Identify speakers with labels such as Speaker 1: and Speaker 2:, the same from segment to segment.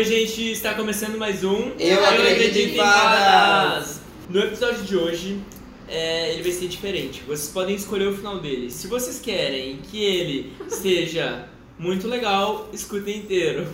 Speaker 1: A gente está começando mais um
Speaker 2: Eu acredito em fadas.
Speaker 1: No episódio de hoje, é, ele vai ser diferente. Vocês podem escolher o final dele. Se vocês querem que ele seja muito legal, escutem inteiro.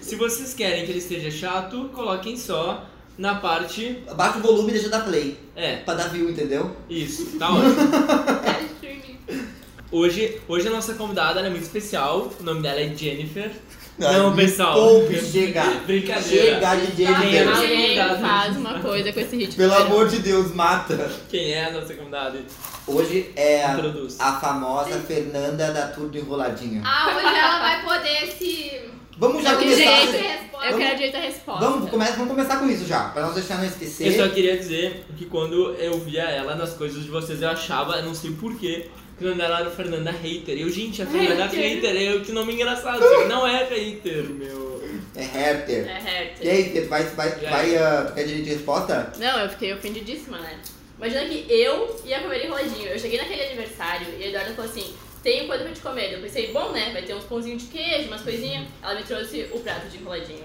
Speaker 1: Se vocês querem que ele esteja chato, coloquem só na parte.
Speaker 2: Baixa o volume e deixa dar play.
Speaker 1: É,
Speaker 2: Pra dar view, entendeu?
Speaker 1: isso, tá ótimo.
Speaker 3: streaming.
Speaker 1: Hoje, hoje a nossa convidada ela é muito especial. O nome dela é Jennifer.
Speaker 2: Ai,
Speaker 1: Não,
Speaker 2: me
Speaker 1: pessoal.
Speaker 2: Poupe, chega.
Speaker 1: Brincadeira.
Speaker 2: Chega de
Speaker 3: tá
Speaker 1: Jennifer.
Speaker 2: Jennifer.
Speaker 1: Ai,
Speaker 3: Alguém faz uma coisa com esse ritmo.
Speaker 2: Pelo amor de Deus, mata.
Speaker 1: Quem é a nossa convidada?
Speaker 2: Hoje é a,
Speaker 1: Introduz.
Speaker 2: a famosa Fernanda da Tour do Enroladinho.
Speaker 4: Ah, hoje ela vai poder se.
Speaker 2: Vamos já
Speaker 3: Eu
Speaker 4: se
Speaker 2: começar.
Speaker 3: queria-
Speaker 4: resposta.
Speaker 3: Eu quero direito a resposta.
Speaker 2: Vamos, come- vamos começar com isso já, pra não deixar não esquecer.
Speaker 1: Eu só queria dizer que quando eu via ela nas coisas de vocês, eu achava, eu não sei porquê, que o nome dela era Fernanda Hater. Eu, gente, a Fernanda
Speaker 3: Hater.
Speaker 1: Hater, eu, que nome engraçado. Assim, não é Hater, meu.
Speaker 2: É Herter.
Speaker 3: É
Speaker 2: E
Speaker 3: Herter.
Speaker 2: aí, Pedro, vai, vai,
Speaker 1: E aí?
Speaker 2: vai ah, tu quer direito de resposta?
Speaker 3: Não, eu fiquei ofendidíssima, né? Imagina que eu ia comer enroladinho. Eu cheguei naquele aniversário e a Eduarda falou assim: tenho coisa pra te comer. Eu pensei, bom, né? Vai ter uns pãozinhos de queijo, umas coisinhas. Ela me trouxe o prato de enroladinho.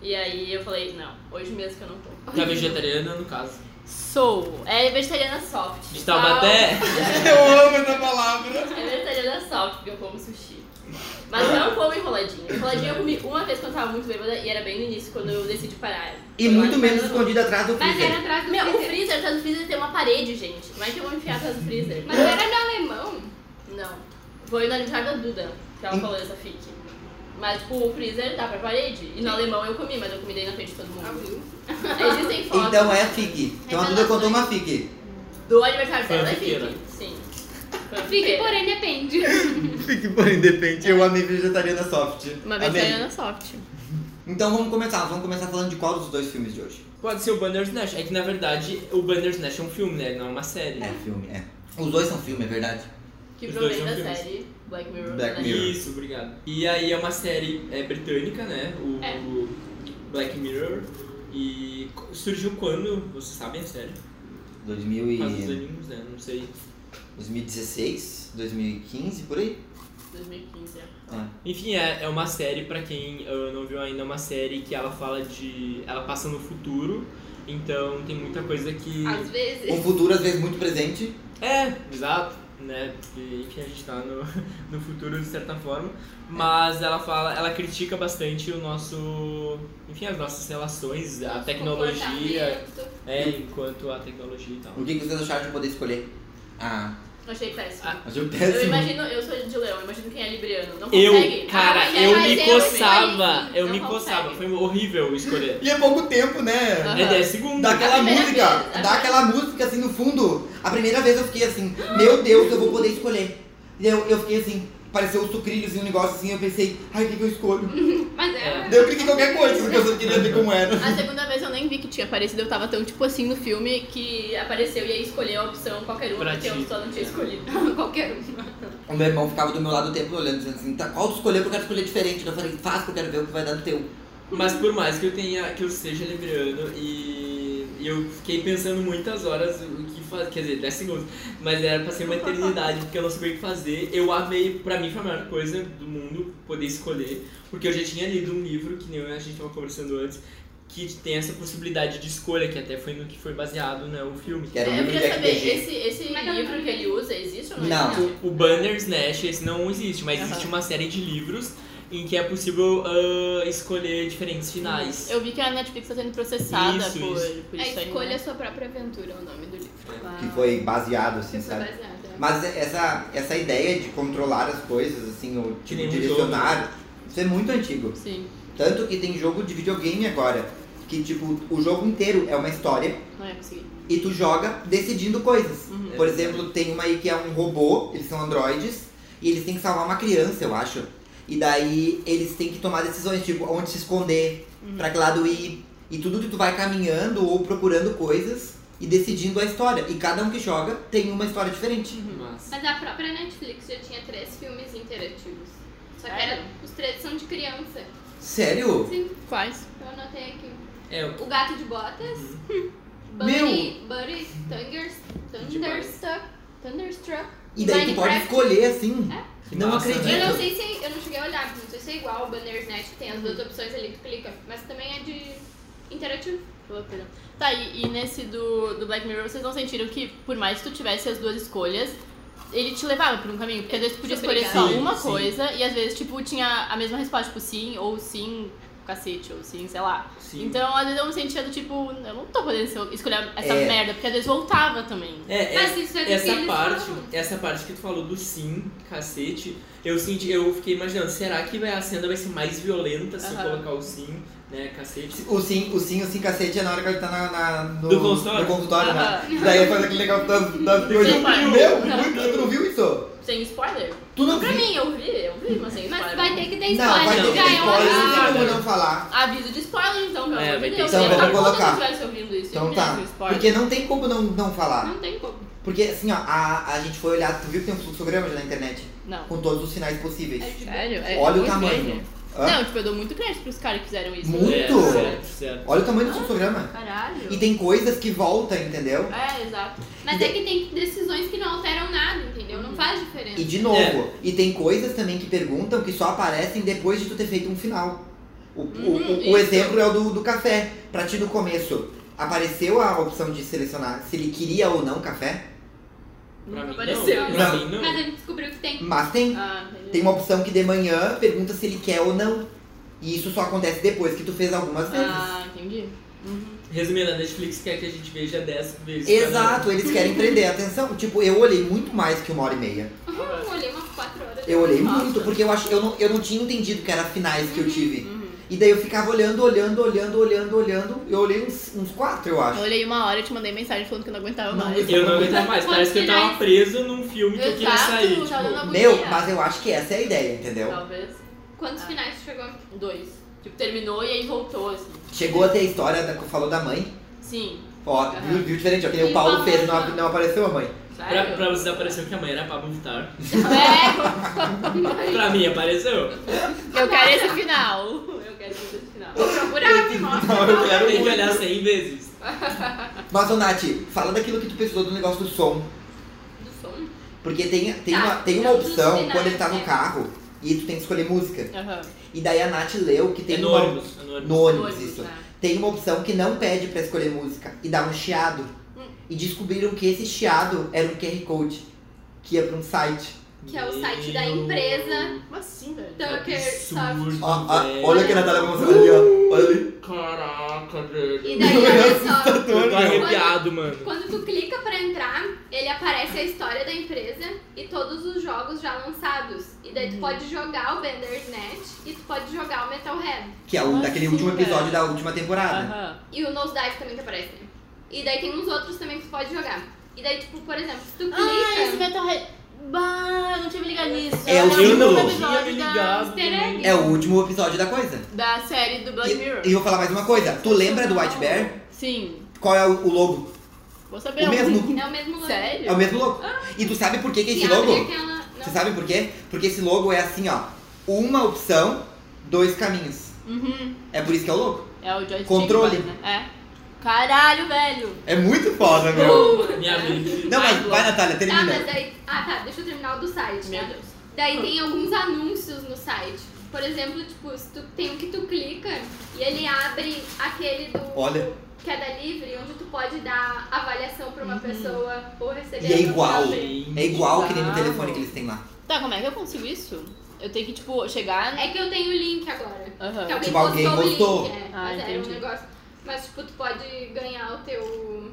Speaker 3: E aí eu falei, não, hoje mesmo que eu não tô.
Speaker 1: Tá vegetariana, no caso.
Speaker 3: Sou. É vegetariana soft.
Speaker 1: De Taubaté.
Speaker 2: Eu amo essa palavra.
Speaker 3: É vegetariana soft, porque eu como sushi. Mas não como enroladinho. Enroladinho eu comi uma vez quando eu tava muito bêbada e era bem no início, quando eu decidi parar.
Speaker 2: E
Speaker 3: Eu
Speaker 2: muito
Speaker 3: acho
Speaker 2: menos
Speaker 3: que eu-
Speaker 2: escondida atrás do
Speaker 4: Mas era
Speaker 2: freezer.
Speaker 4: atrás do
Speaker 3: Meu, o
Speaker 4: freezer.
Speaker 3: freezer, atrás do freezer tem uma parede, gente. Como é que eu vou enfiar atrás do freezer?
Speaker 4: Mas era do alemão.
Speaker 3: Não. Foi no aniversário da Duda, que é ela
Speaker 2: Hum.
Speaker 3: falou dessa fic. Mas, tipo, o freezer dá pra parede. E no alemão eu comi, mas eu comi daí na frente de todo mundo. Existem fotos
Speaker 2: Então é a FIG. Então a Duda
Speaker 3: Revelações.
Speaker 2: contou uma FIG.
Speaker 3: do aniversário
Speaker 1: Foi
Speaker 3: dela, é
Speaker 1: fiqueira.
Speaker 3: fic. Sim. Foi uma
Speaker 4: Fique,
Speaker 3: fiqueira.
Speaker 4: porém, depende.
Speaker 2: FIG por independente, eu amei vegetariana soft.
Speaker 3: É. Uma
Speaker 2: Amei.
Speaker 3: vegetariana soft.
Speaker 2: Então vamos começar, vamos começar falando de qual dos dois filmes de hoje?
Speaker 1: Pode ser o Bandersnatch. É que, na verdade, o Bandersnatch é um filme, né? Ele Não é uma série.
Speaker 2: É filme, é. Os dois são filme, é verdade?
Speaker 3: Que
Speaker 1: Os
Speaker 3: provém
Speaker 1: dois
Speaker 3: da
Speaker 1: são filmes.
Speaker 3: série Black Mirror.
Speaker 2: Black
Speaker 3: né?
Speaker 2: Mirror.
Speaker 1: Isso, obrigado. E aí é uma série é, britânica, né? O,
Speaker 4: É.
Speaker 1: o Black Mirror. E co- surgiu quando? Vocês sabem, a série?
Speaker 2: 2000
Speaker 1: Por causa dos
Speaker 2: e...
Speaker 1: animes, né? Não sei.
Speaker 2: 2016, 2015, por aí?
Speaker 3: 2015. é.
Speaker 2: É.
Speaker 1: Enfim, é, é uma série, pra quem ah, não viu ainda, é uma série que ela fala de. Ela passa no futuro, então tem muita coisa que.
Speaker 4: Às vezes.
Speaker 2: Um futuro às vezes muito presente.
Speaker 1: É, exato, né? Porque, enfim, a gente tá no, no futuro de certa forma. Mas ela fala, ela critica bastante o nosso. Enfim, as nossas relações, a tecnologia,
Speaker 4: comportamento.
Speaker 1: é, enquanto a tecnologia e tal.
Speaker 2: O que que vocês acharam de poder escolher? Ah,
Speaker 3: Eu Achei péssimo.
Speaker 1: Ah,
Speaker 2: achei péssimo.
Speaker 3: Eu imagino, eu sou de leão, eu imagino quem é libriano. Não consegue.
Speaker 1: Eu, cara,
Speaker 3: Ah, mas é,
Speaker 1: eu
Speaker 3: mas
Speaker 1: me
Speaker 3: é,
Speaker 1: coçava,
Speaker 3: mas é,
Speaker 1: eu me
Speaker 3: não
Speaker 1: coçava,
Speaker 3: consegue.
Speaker 1: foi horrível escolher.
Speaker 2: E é pouco tempo, né?
Speaker 3: Aham.
Speaker 1: É 10 segundos.
Speaker 2: Dá aquela
Speaker 3: Ah. A primeira
Speaker 2: música,
Speaker 3: vez, a
Speaker 2: dá
Speaker 3: primeira-
Speaker 2: aquela música assim no fundo. A primeira vez eu fiquei assim, meu Deus, eu vou poder escolher. E eu, eu fiquei assim, pareceu os sucrilhos e um negócio assim, eu pensei, ai, o que, que eu escolho?
Speaker 4: Mas é.
Speaker 2: Daí eu cliquei em qualquer coisa, porque eu só queria ver como era.
Speaker 3: A segunda vez eu nem vi que tinha aparecido, eu tava tão tipo assim no filme que apareceu e aí escolheu a opção qualquer uma,
Speaker 1: Pra
Speaker 3: porque
Speaker 1: ti.
Speaker 3: eu só não tinha
Speaker 1: É.
Speaker 3: escolhido.
Speaker 2: Então,
Speaker 4: Qualquer um. uma.
Speaker 2: O meu irmão ficava do meu lado o tempo olhando, dizendo assim, tá, qual tu escolher, porque eu quero escolher diferente. Eu falei, faz, porque eu quero ver o que vai dar no teu.
Speaker 1: Mas por mais que eu tenha, que eu seja libriano e e eu fiquei pensando muitas horas o que fazer, quer dizer, 10 segundos, mas era pra ser uma eternidade, porque eu não sabia o que fazer. Eu amei, pra mim foi a melhor coisa do mundo poder escolher, porque eu já tinha lido um livro, que nem a gente tava conversando antes, que tem essa possibilidade de escolha, que até foi no que foi baseado, né, o filme.
Speaker 2: Que era um
Speaker 3: É, eu
Speaker 2: livro de
Speaker 3: queria saber,
Speaker 2: RPG.
Speaker 3: esse, esse
Speaker 4: Mas não-
Speaker 3: livro que ele usa existe ou não,
Speaker 2: Não.
Speaker 3: existe?
Speaker 1: O Bandersnatch, esse não existe, mas
Speaker 3: Aham.
Speaker 1: existe uma série de livros em que é possível ah, escolher diferentes finais.
Speaker 3: Eu vi que a Netflix tá sendo processada
Speaker 1: Isso,
Speaker 3: por,
Speaker 1: isso.
Speaker 3: por
Speaker 4: É
Speaker 3: isso aí.
Speaker 4: escolha
Speaker 3: né?
Speaker 4: sua própria aventura, é o nome do livro.
Speaker 2: Ah. Que foi baseado, assim,
Speaker 4: Que foi
Speaker 2: sabe?
Speaker 4: baseado. né?
Speaker 2: Mas é, essa, essa ideia de controlar as coisas, assim, ou
Speaker 1: Que
Speaker 2: tipo,
Speaker 1: nem um
Speaker 2: direcionar, isso é muito antigo.
Speaker 3: Sim.
Speaker 2: Tanto que tem jogo de videogame agora, que tipo, o jogo inteiro é uma história
Speaker 3: Não ia conseguir.
Speaker 2: e tu joga decidindo coisas.
Speaker 3: Uhum.
Speaker 2: Por exemplo, tem uma aí que é um robô, eles são androides, e eles têm que salvar uma criança, eu acho. E daí eles têm que tomar decisões, tipo, onde se esconder,
Speaker 4: Uhum.
Speaker 2: pra que lado ir. E tudo que tu vai caminhando ou procurando coisas e decidindo a história. E cada um que joga tem uma história diferente.
Speaker 1: Mas-
Speaker 4: Mas a própria Netflix já tinha três filmes interativos. Só que
Speaker 3: Sério?
Speaker 4: era, os três são de criança.
Speaker 2: Sério?
Speaker 4: Sim,
Speaker 3: Quais?
Speaker 4: eu anotei aqui.
Speaker 1: É,
Speaker 4: O Gato de Botas,
Speaker 1: uhum.
Speaker 4: Buddy, Buddy Thunders, Thunderstruck, Thunderstruck.
Speaker 2: E daí tu pode
Speaker 4: Minecraft. É.
Speaker 2: escolher, assim.
Speaker 1: Que
Speaker 2: Não
Speaker 1: massa,
Speaker 2: acredito.
Speaker 4: Eu
Speaker 1: né?
Speaker 4: não sei se é, eu não cheguei a olhar, porque não sei se é igual o Bandersnet, que tem as
Speaker 3: Uhum.
Speaker 4: duas opções ali, tu clica, mas também é de interativo.
Speaker 3: Loucura. Tá, e, e nesse do, do Black Mirror, vocês não sentiram que, por mais que tu tivesse as duas escolhas, ele te levava por um caminho? Porque às vezes tu podia escolher só
Speaker 1: Obrigada. Sim,
Speaker 3: uma
Speaker 1: sim.
Speaker 3: coisa e às vezes, tipo, tinha a mesma resposta, tipo, sim, ou sim, cacete, ou sim, sei lá.
Speaker 1: Sim.
Speaker 3: Então, às vezes eu me sentia do tipo, eu não tô podendo ser- escolher essa
Speaker 2: É.
Speaker 3: merda, porque às vezes voltava também.
Speaker 1: É, é,
Speaker 4: Mas isso é do que
Speaker 1: essa
Speaker 4: eles
Speaker 1: parte,
Speaker 4: falam.
Speaker 1: essa parte que tu falou do sim, cacete, eu senti, eu fiquei imaginando, será que vai- a cena vai ser mais violenta se eu
Speaker 3: Aham.
Speaker 1: colocar o sim, né, cacete?
Speaker 2: O sim, o sim, o sim cacete é na hora que ele tá na, na- no,
Speaker 1: Do consultório?
Speaker 2: no consultório, né?
Speaker 3: Aham.
Speaker 2: E daí eu faço aquele negócio das, das coisas.
Speaker 3: pai.
Speaker 2: Meu, muito, tu não viu isso?
Speaker 3: Sem spoiler.
Speaker 2: Tu não
Speaker 3: Pra
Speaker 2: viu?
Speaker 3: mim, eu vi, eu vi, mas sem
Speaker 4: Mas
Speaker 3: spoiler.
Speaker 4: vai ter que ter
Speaker 2: Não,
Speaker 4: spoiler,
Speaker 2: vai ter que
Speaker 4: já
Speaker 2: ter
Speaker 4: é uma
Speaker 2: spoiler, não
Speaker 1: Ah,
Speaker 2: tem como
Speaker 1: né?
Speaker 2: não falar.
Speaker 3: Aviso de spoiler, então, pelo
Speaker 1: É,
Speaker 3: amor
Speaker 1: vai ter
Speaker 3: de Deus.
Speaker 2: que- Então,
Speaker 3: Eu
Speaker 2: vamos
Speaker 3: tava puta
Speaker 2: colocar.
Speaker 3: Se eu tivesse ouvindo isso,
Speaker 2: Então
Speaker 3: eu
Speaker 2: tá.
Speaker 3: mesmo, spoiler.
Speaker 2: Porque não tem como não, não falar.
Speaker 4: Não tem como.
Speaker 2: Porque assim, ó, a, a gente foi olhar, tu viu que tem um fluxograma já na internet?
Speaker 3: Não.
Speaker 2: Com todos os sinais possíveis.
Speaker 4: É de boa.
Speaker 3: Sério? É
Speaker 2: Olha o
Speaker 3: muito
Speaker 2: tamanho.
Speaker 3: grande.
Speaker 2: Hã?
Speaker 3: Não, tipo, eu dou muito crédito pros caras que fizeram isso.
Speaker 2: Muito.
Speaker 1: É, certo, certo.
Speaker 2: Olha o tamanho
Speaker 3: Ah.
Speaker 2: do fluxograma.
Speaker 3: Caralho.
Speaker 2: E tem coisas que voltam, entendeu?
Speaker 3: É, exato.
Speaker 4: Mas é que tem decisões que não alteram nada, entendeu?
Speaker 3: Uhum.
Speaker 4: Não faz diferença.
Speaker 2: E de novo,
Speaker 1: É.
Speaker 2: e tem coisas também que perguntam que só aparecem depois de tu ter feito um final. O, o-
Speaker 3: Uhum,
Speaker 2: o, o
Speaker 3: isso.
Speaker 2: exemplo é o do, do café. Pra ti no começo, apareceu a opção de selecionar se ele queria ou não café,
Speaker 1: Pra
Speaker 3: Nunca
Speaker 1: mim,
Speaker 3: apareceu.
Speaker 1: não. Pra mim, não.
Speaker 4: Mas a gente descobriu que tem.
Speaker 2: mas tem.
Speaker 3: Ah,
Speaker 2: Tem uma opção que de manhã pergunta se ele quer ou não. E isso só acontece depois que tu fez algumas vezes.
Speaker 3: Ah, entendi. Uhum.
Speaker 1: Resumindo, a Netflix quer que a gente veja 10 vezes. cada
Speaker 2: Exato, eles querem prender a atenção. Tipo, eu olhei muito mais que uma hora e meia.
Speaker 4: Hum,
Speaker 1: um.
Speaker 4: olhei umas 4 horas.
Speaker 2: Eu olhei
Speaker 3: Nossa.
Speaker 2: muito, porque eu, acho, eu, não, eu não tinha entendido que era finais que eu tive.
Speaker 3: Uhum.
Speaker 2: E daí eu ficava olhando, olhando, olhando, olhando, olhando. Eu olhei uns, uns quatro, eu
Speaker 3: Eu
Speaker 2: acho.
Speaker 3: olhei uma hora e te mandei mensagem falando que eu não aguentava
Speaker 2: Não,
Speaker 3: mais.
Speaker 1: Eu não aguentava mais,
Speaker 4: Quantos
Speaker 1: parece que eu tava
Speaker 4: finais?
Speaker 1: preso num filme que eu queria
Speaker 3: Exato,
Speaker 1: sair.
Speaker 3: tava
Speaker 1: tipo,
Speaker 3: dando agonia.
Speaker 2: Meu, mas eu acho que essa é a ideia, entendeu?
Speaker 3: Talvez.
Speaker 4: Quantos
Speaker 3: Ah.
Speaker 4: finais tu chegou?
Speaker 3: Dois. Tipo, terminou e aí voltou, assim.
Speaker 2: Chegou até a história da, que falou da mãe.
Speaker 3: Sim.
Speaker 2: Ó,
Speaker 3: Aham. tá
Speaker 2: viu, viu diferente, ó. Que nem o
Speaker 4: E
Speaker 2: Paulo
Speaker 4: uma
Speaker 2: fez,
Speaker 4: mãe,
Speaker 2: não,
Speaker 4: né?
Speaker 2: não apareceu a mãe.
Speaker 1: pra,
Speaker 3: Sério?
Speaker 1: pra vocês apareceu que a mãe era Pablo Vittar.
Speaker 3: É,
Speaker 1: Pra mim apareceu.
Speaker 3: eu quero esse final. Eu quero esse final.
Speaker 4: Vou procurar, me mostra.
Speaker 2: Não, eu
Speaker 3: Tá
Speaker 2: quero
Speaker 1: Tem que
Speaker 2: muito.
Speaker 1: olhar 100 vezes.
Speaker 2: Mas, ô Nath, fala daquilo que tu pensou do negócio do som.
Speaker 4: Do som.
Speaker 2: Porque tem, tem,
Speaker 4: Tá,
Speaker 2: uma, tem uma
Speaker 4: é um dos
Speaker 2: opção
Speaker 4: sinais,
Speaker 2: quando ele tá no
Speaker 4: né?
Speaker 2: carro e tu tem que escolher música.
Speaker 3: Aham.
Speaker 2: E daí a Nath leu que tem
Speaker 1: É no
Speaker 2: uma.
Speaker 1: ônibus. É no ônibus.
Speaker 2: No ônibus, isso.
Speaker 3: né?
Speaker 2: Tem uma opção que não pede pra escolher música e dá um chiado.
Speaker 4: Hum.
Speaker 2: E descobriram que esse chiado era um QR Code que ia pra um site.
Speaker 4: Que é o site da
Speaker 1: Meu,
Speaker 4: empresa.
Speaker 3: Como assim, velho?
Speaker 4: Tucker Soft.
Speaker 1: Absurdo,
Speaker 2: Ó, ó,
Speaker 1: velho.
Speaker 2: Ah, olha que a Natália vai mostrar ali, ó. Olha ali.
Speaker 1: Caraca, velho.
Speaker 4: E daí, olha só.
Speaker 1: Eu tô
Speaker 2: Olha.
Speaker 1: arrepiado, mano.
Speaker 4: Quando tu clica pra entrar, ele aparece a história da empresa e todos os jogos já lançados. E daí tu pode jogar o Bender's Net e tu pode jogar o Metalhead.
Speaker 2: Que é o
Speaker 3: Nossa,
Speaker 2: daquele último
Speaker 3: cara.
Speaker 2: episódio da última temporada.
Speaker 3: Aham.
Speaker 4: E o Nosedive também que aparece, né? E daí tem uns outros também que tu pode jogar. E daí, tipo, por exemplo, se tu clica...
Speaker 3: Ah, esse Metal Head. Bah, eu não tinha me ligado nisso.
Speaker 2: É o
Speaker 3: Era
Speaker 2: Eu não
Speaker 3: último
Speaker 1: tinha
Speaker 3: episódio
Speaker 1: me
Speaker 3: da-
Speaker 1: ligado.
Speaker 4: easter egg.
Speaker 2: É o último episódio da coisa.
Speaker 3: Da série do Black Mirror.
Speaker 2: E, e vou falar mais uma coisa. Tu lembra do White Bear?
Speaker 3: Sim.
Speaker 2: Qual é o, o logo?
Speaker 3: Vou saber.
Speaker 2: O mesmo.
Speaker 4: É o mesmo logo.
Speaker 3: Sério?
Speaker 2: É o mesmo logo.
Speaker 3: Ah.
Speaker 2: E tu sabe por que, que é
Speaker 4: Que
Speaker 2: esse
Speaker 4: abre
Speaker 2: logo?
Speaker 4: aquela...
Speaker 2: Você
Speaker 4: Não,
Speaker 2: sabe por quê? Porque esse logo é assim, ó. Uma opção, dois caminhos.
Speaker 3: Uhum.
Speaker 2: É por isso que é o logo.
Speaker 3: É o joystick.
Speaker 2: Controle.
Speaker 3: Né? É. Caralho, velho.
Speaker 2: É muito foda, meu.
Speaker 1: Minha mente.
Speaker 2: Não, mas
Speaker 3: Vai,
Speaker 2: vai, Natália,
Speaker 4: Tá,
Speaker 2: termina.
Speaker 4: mas daí... Ah, tá. Deixa eu terminar o do site,
Speaker 3: Meu
Speaker 4: né?
Speaker 3: Deus.
Speaker 4: Daí tem alguns anúncios no site. Por exemplo, tipo, se tu tem um que tu clica e ele abre aquele do...
Speaker 2: Olha.
Speaker 4: Que é da Livre, onde tu pode dar avaliação pra
Speaker 3: Uhum.
Speaker 4: uma pessoa ou receber...
Speaker 2: E é
Speaker 4: a tua
Speaker 2: igual.
Speaker 4: própria.
Speaker 2: É igual que nem no
Speaker 3: Bizarro.
Speaker 2: telefone que eles têm lá.
Speaker 3: Tá, como é que eu consigo isso? Eu tenho que, tipo, chegar.
Speaker 4: É que eu tenho o link agora.
Speaker 3: Aham.
Speaker 4: Que alguém
Speaker 2: Tipo, alguém
Speaker 4: postou,
Speaker 2: postou.
Speaker 4: o link, é.
Speaker 3: Tá. Ah,
Speaker 4: mas era um
Speaker 3: entendi.
Speaker 4: negócio. Mas tipo, tu pode ganhar o teu.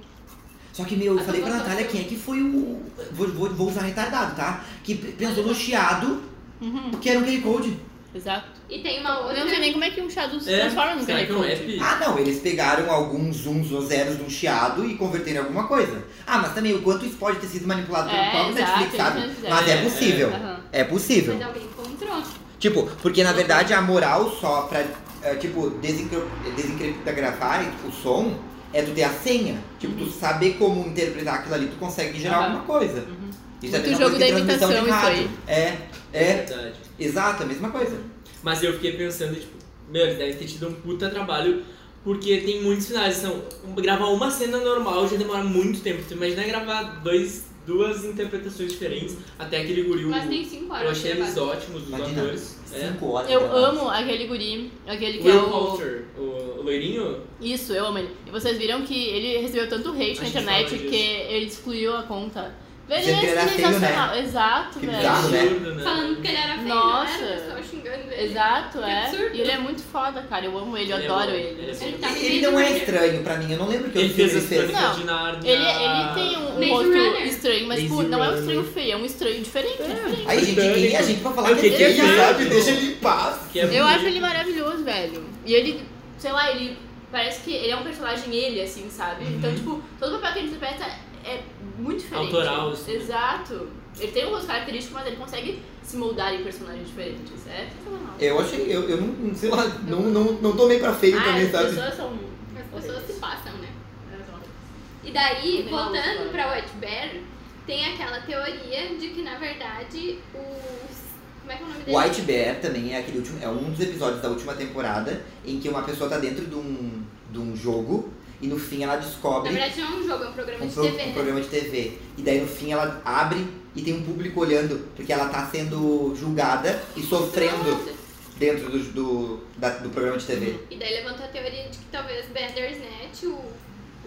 Speaker 2: Só que, meu, eu
Speaker 4: Ah,
Speaker 2: falei pra
Speaker 4: tá bom,
Speaker 2: Natália
Speaker 4: tá
Speaker 2: quem é que foi o. Vou, vou, vou usar retardado, tá? Que p- pensou no chiado,
Speaker 3: Uhum.
Speaker 2: porque era um QR Code.
Speaker 3: Exato.
Speaker 4: E tem uma
Speaker 3: Eu
Speaker 4: outra.
Speaker 3: não sei nem como é que um chado se
Speaker 1: É,
Speaker 3: transforma num
Speaker 1: será que é um
Speaker 3: canecão.
Speaker 1: app?
Speaker 2: Ah, não, eles pegaram alguns uns ou zeros de um chiado e converteram em alguma coisa. Ah, mas também o quanto isso pode ter sido manipulado pelo
Speaker 3: É,
Speaker 2: próprio
Speaker 3: exato,
Speaker 2: Netflix,
Speaker 3: eles
Speaker 2: sabe?
Speaker 3: mesmos fizeram.
Speaker 2: Mas é
Speaker 1: É,
Speaker 2: possível.
Speaker 3: Aham.
Speaker 2: É possível.
Speaker 4: Mas alguém encontrou.
Speaker 2: Tipo, porque na verdade a moral só pra, é, tipo, desencri- desencriptografar o som é tu ter a senha. Tipo, tu saber como interpretar aquilo ali, tu consegue gerar
Speaker 3: Aham.
Speaker 2: alguma coisa.
Speaker 3: Uhum.
Speaker 2: Isso
Speaker 3: Muito
Speaker 2: é a mesma
Speaker 3: jogo
Speaker 2: coisa
Speaker 3: da
Speaker 2: que transmissão de
Speaker 3: imitação,
Speaker 2: rádio.
Speaker 3: isso
Speaker 2: É, é,
Speaker 1: Verdade.
Speaker 2: exato, a mesma coisa.
Speaker 1: Mas eu fiquei pensando, tipo, meu, eles devem ter tido um puta trabalho Porque tem muitos finais, então gravar uma cena normal já demora muito tempo. Tu imagina gravar dois, duas interpretações diferentes até aquele guri.
Speaker 4: Mas né,
Speaker 1: o-
Speaker 4: tem 5 horas.
Speaker 1: eu achei
Speaker 4: de
Speaker 1: eles
Speaker 4: trabalho.
Speaker 1: ótimos, os
Speaker 2: Imagina,
Speaker 1: atores. É.
Speaker 2: Cinco horas.
Speaker 3: Eu
Speaker 2: gravadas.
Speaker 3: amo aquele guri, aquele que é
Speaker 1: Will
Speaker 3: o...
Speaker 1: Poulter, o loirinho,
Speaker 3: Isso, eu amo ele. E vocês viram que ele recebeu tanto hate
Speaker 1: A
Speaker 3: na
Speaker 1: gente
Speaker 3: internet
Speaker 1: fala disso.
Speaker 3: que ele excluiu a conta. Velho,
Speaker 2: Dizendo
Speaker 3: ele
Speaker 2: que ele
Speaker 3: é
Speaker 2: era feio, né?
Speaker 3: sensacional. Exato,
Speaker 2: Que
Speaker 3: velho.
Speaker 2: bizarro, né?
Speaker 1: absurdo, É, né?
Speaker 4: Falando que ele era feio,
Speaker 3: Nossa.
Speaker 4: não era, pessoal xingando ele.
Speaker 3: Exato,
Speaker 4: Que
Speaker 3: é.
Speaker 4: absurdo.
Speaker 3: E ele é muito foda, cara. Eu amo ele, eu
Speaker 1: Ele é
Speaker 3: adoro
Speaker 1: bom,
Speaker 3: ele.
Speaker 1: ele é
Speaker 3: assim.
Speaker 4: bom. Tá
Speaker 2: Ele-
Speaker 4: bem
Speaker 2: Ele não é
Speaker 4: demais.
Speaker 2: estranho pra mim, eu não lembro que
Speaker 1: Ele
Speaker 2: eu
Speaker 1: fez
Speaker 2: filme ele
Speaker 1: as
Speaker 2: fez.
Speaker 1: crônicas
Speaker 3: Não,
Speaker 1: de Narnia.
Speaker 3: Ele, ele tem um
Speaker 4: Maze
Speaker 3: rosto
Speaker 4: Runner.
Speaker 3: estranho, mas pô,
Speaker 1: Maze
Speaker 3: não é um
Speaker 1: Runner.
Speaker 3: estranho feio, é um estranho diferente. é diferente.
Speaker 2: Aí, gente, quem é a gente pra falar
Speaker 1: O que
Speaker 2: que
Speaker 1: que
Speaker 2: é
Speaker 1: é
Speaker 2: feio,
Speaker 1: feio?
Speaker 2: sabe? Deixa ele em paz.
Speaker 1: Que é
Speaker 3: Eu
Speaker 1: bonito.
Speaker 3: acho ele maravilhoso, velho. E ele, sei lá, ele parece que ele é um personagem ele, assim, sabe?
Speaker 1: Uhum.
Speaker 3: Então, tipo, todo papel que ele interpreta é muito diferente.
Speaker 1: Autoral, assim, né?
Speaker 3: Exato. Ele tem um rosto característico, mas ele consegue se moldar em personagens diferentes. É sensacional.
Speaker 2: Eu achei, eu, eu não, sei lá, não, não, não tomei pra feio
Speaker 3: ah,
Speaker 2: também,
Speaker 3: as
Speaker 2: sabe? É,
Speaker 3: pessoas são...
Speaker 4: As pessoas se passam, né?
Speaker 3: elas são-
Speaker 4: E daí,
Speaker 3: Legal,
Speaker 4: voltando
Speaker 3: história.
Speaker 4: pra White Bear, tem aquela teoria de que, na verdade, os... Como é que é o nome dele?
Speaker 2: White Bear também é aquele último, é um dos episódios da última temporada em que uma pessoa tá dentro de um, de um jogo e no fim ela
Speaker 4: Na
Speaker 2: descobre
Speaker 4: verdade, não é um jogo, é um programa
Speaker 2: um,
Speaker 4: de
Speaker 2: pro-
Speaker 4: TV,
Speaker 2: um
Speaker 4: né?
Speaker 2: programa de TV. E daí no fim ela abre e tem um público olhando, porque ela tá sendo julgada e sofrendo
Speaker 4: Nossa.
Speaker 2: dentro do, do, da- do programa de TV.
Speaker 4: E daí levantou a teoria de que talvez Bandersnet, o,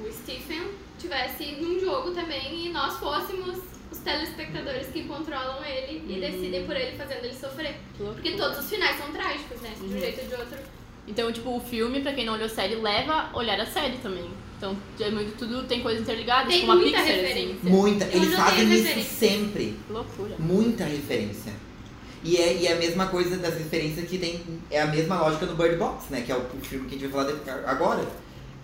Speaker 4: o Stephen, tivesse num jogo também e nós fôssemos os telespectadores que controlam ele e decidem por ele, fazendo ele sofrer.
Speaker 3: Que loucura.
Speaker 4: Porque todos os finais são trágicos, né? De um
Speaker 3: Uhum.
Speaker 4: jeito ou de outro.
Speaker 3: Então, tipo, o filme, pra quem não olhou a série, leva a olhar a série também. Então, é muito, tudo tem coisa interligada,
Speaker 4: Tem
Speaker 3: tipo uma
Speaker 4: muita
Speaker 3: Pixar, assim.
Speaker 4: referência.
Speaker 2: Muita,
Speaker 4: Uhum. Eu
Speaker 2: eles
Speaker 4: já
Speaker 2: fazem
Speaker 4: dei
Speaker 2: isso
Speaker 4: referência.
Speaker 2: sempre.
Speaker 3: Que loucura.
Speaker 2: Muita referência. E é, e é a mesma coisa das referências que tem. É a mesma lógica do Bird Box, né? Que é o, o filme que a gente vai falar de- agora.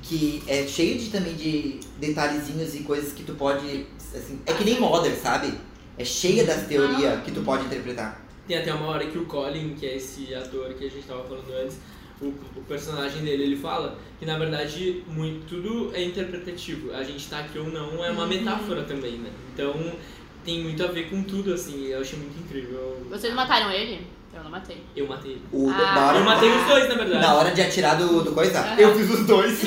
Speaker 2: Que é cheio de também de detalhezinhos e coisas que tu pode. Assim, é que nem Mother, sabe? É cheia das teorias que tu pode interpretar.
Speaker 1: Tem até uma hora que o Colin, que é esse ator que a gente tava falando antes, o, o personagem dele, ele fala que na verdade muito, tudo é interpretativo. A gente tá aqui ou não é uma
Speaker 3: Uhum.
Speaker 1: metáfora também, né? Então tem muito a ver com tudo, assim. Eu achei muito incrível.
Speaker 3: Vocês mataram ele? Eu não matei.
Speaker 1: Eu matei ele.
Speaker 2: O,
Speaker 3: Ah.
Speaker 2: na,
Speaker 1: Eu matei
Speaker 2: hora,
Speaker 1: os dois, na verdade.
Speaker 2: na hora de atirar do, do coisa,
Speaker 3: Aham.
Speaker 2: eu fiz os dois.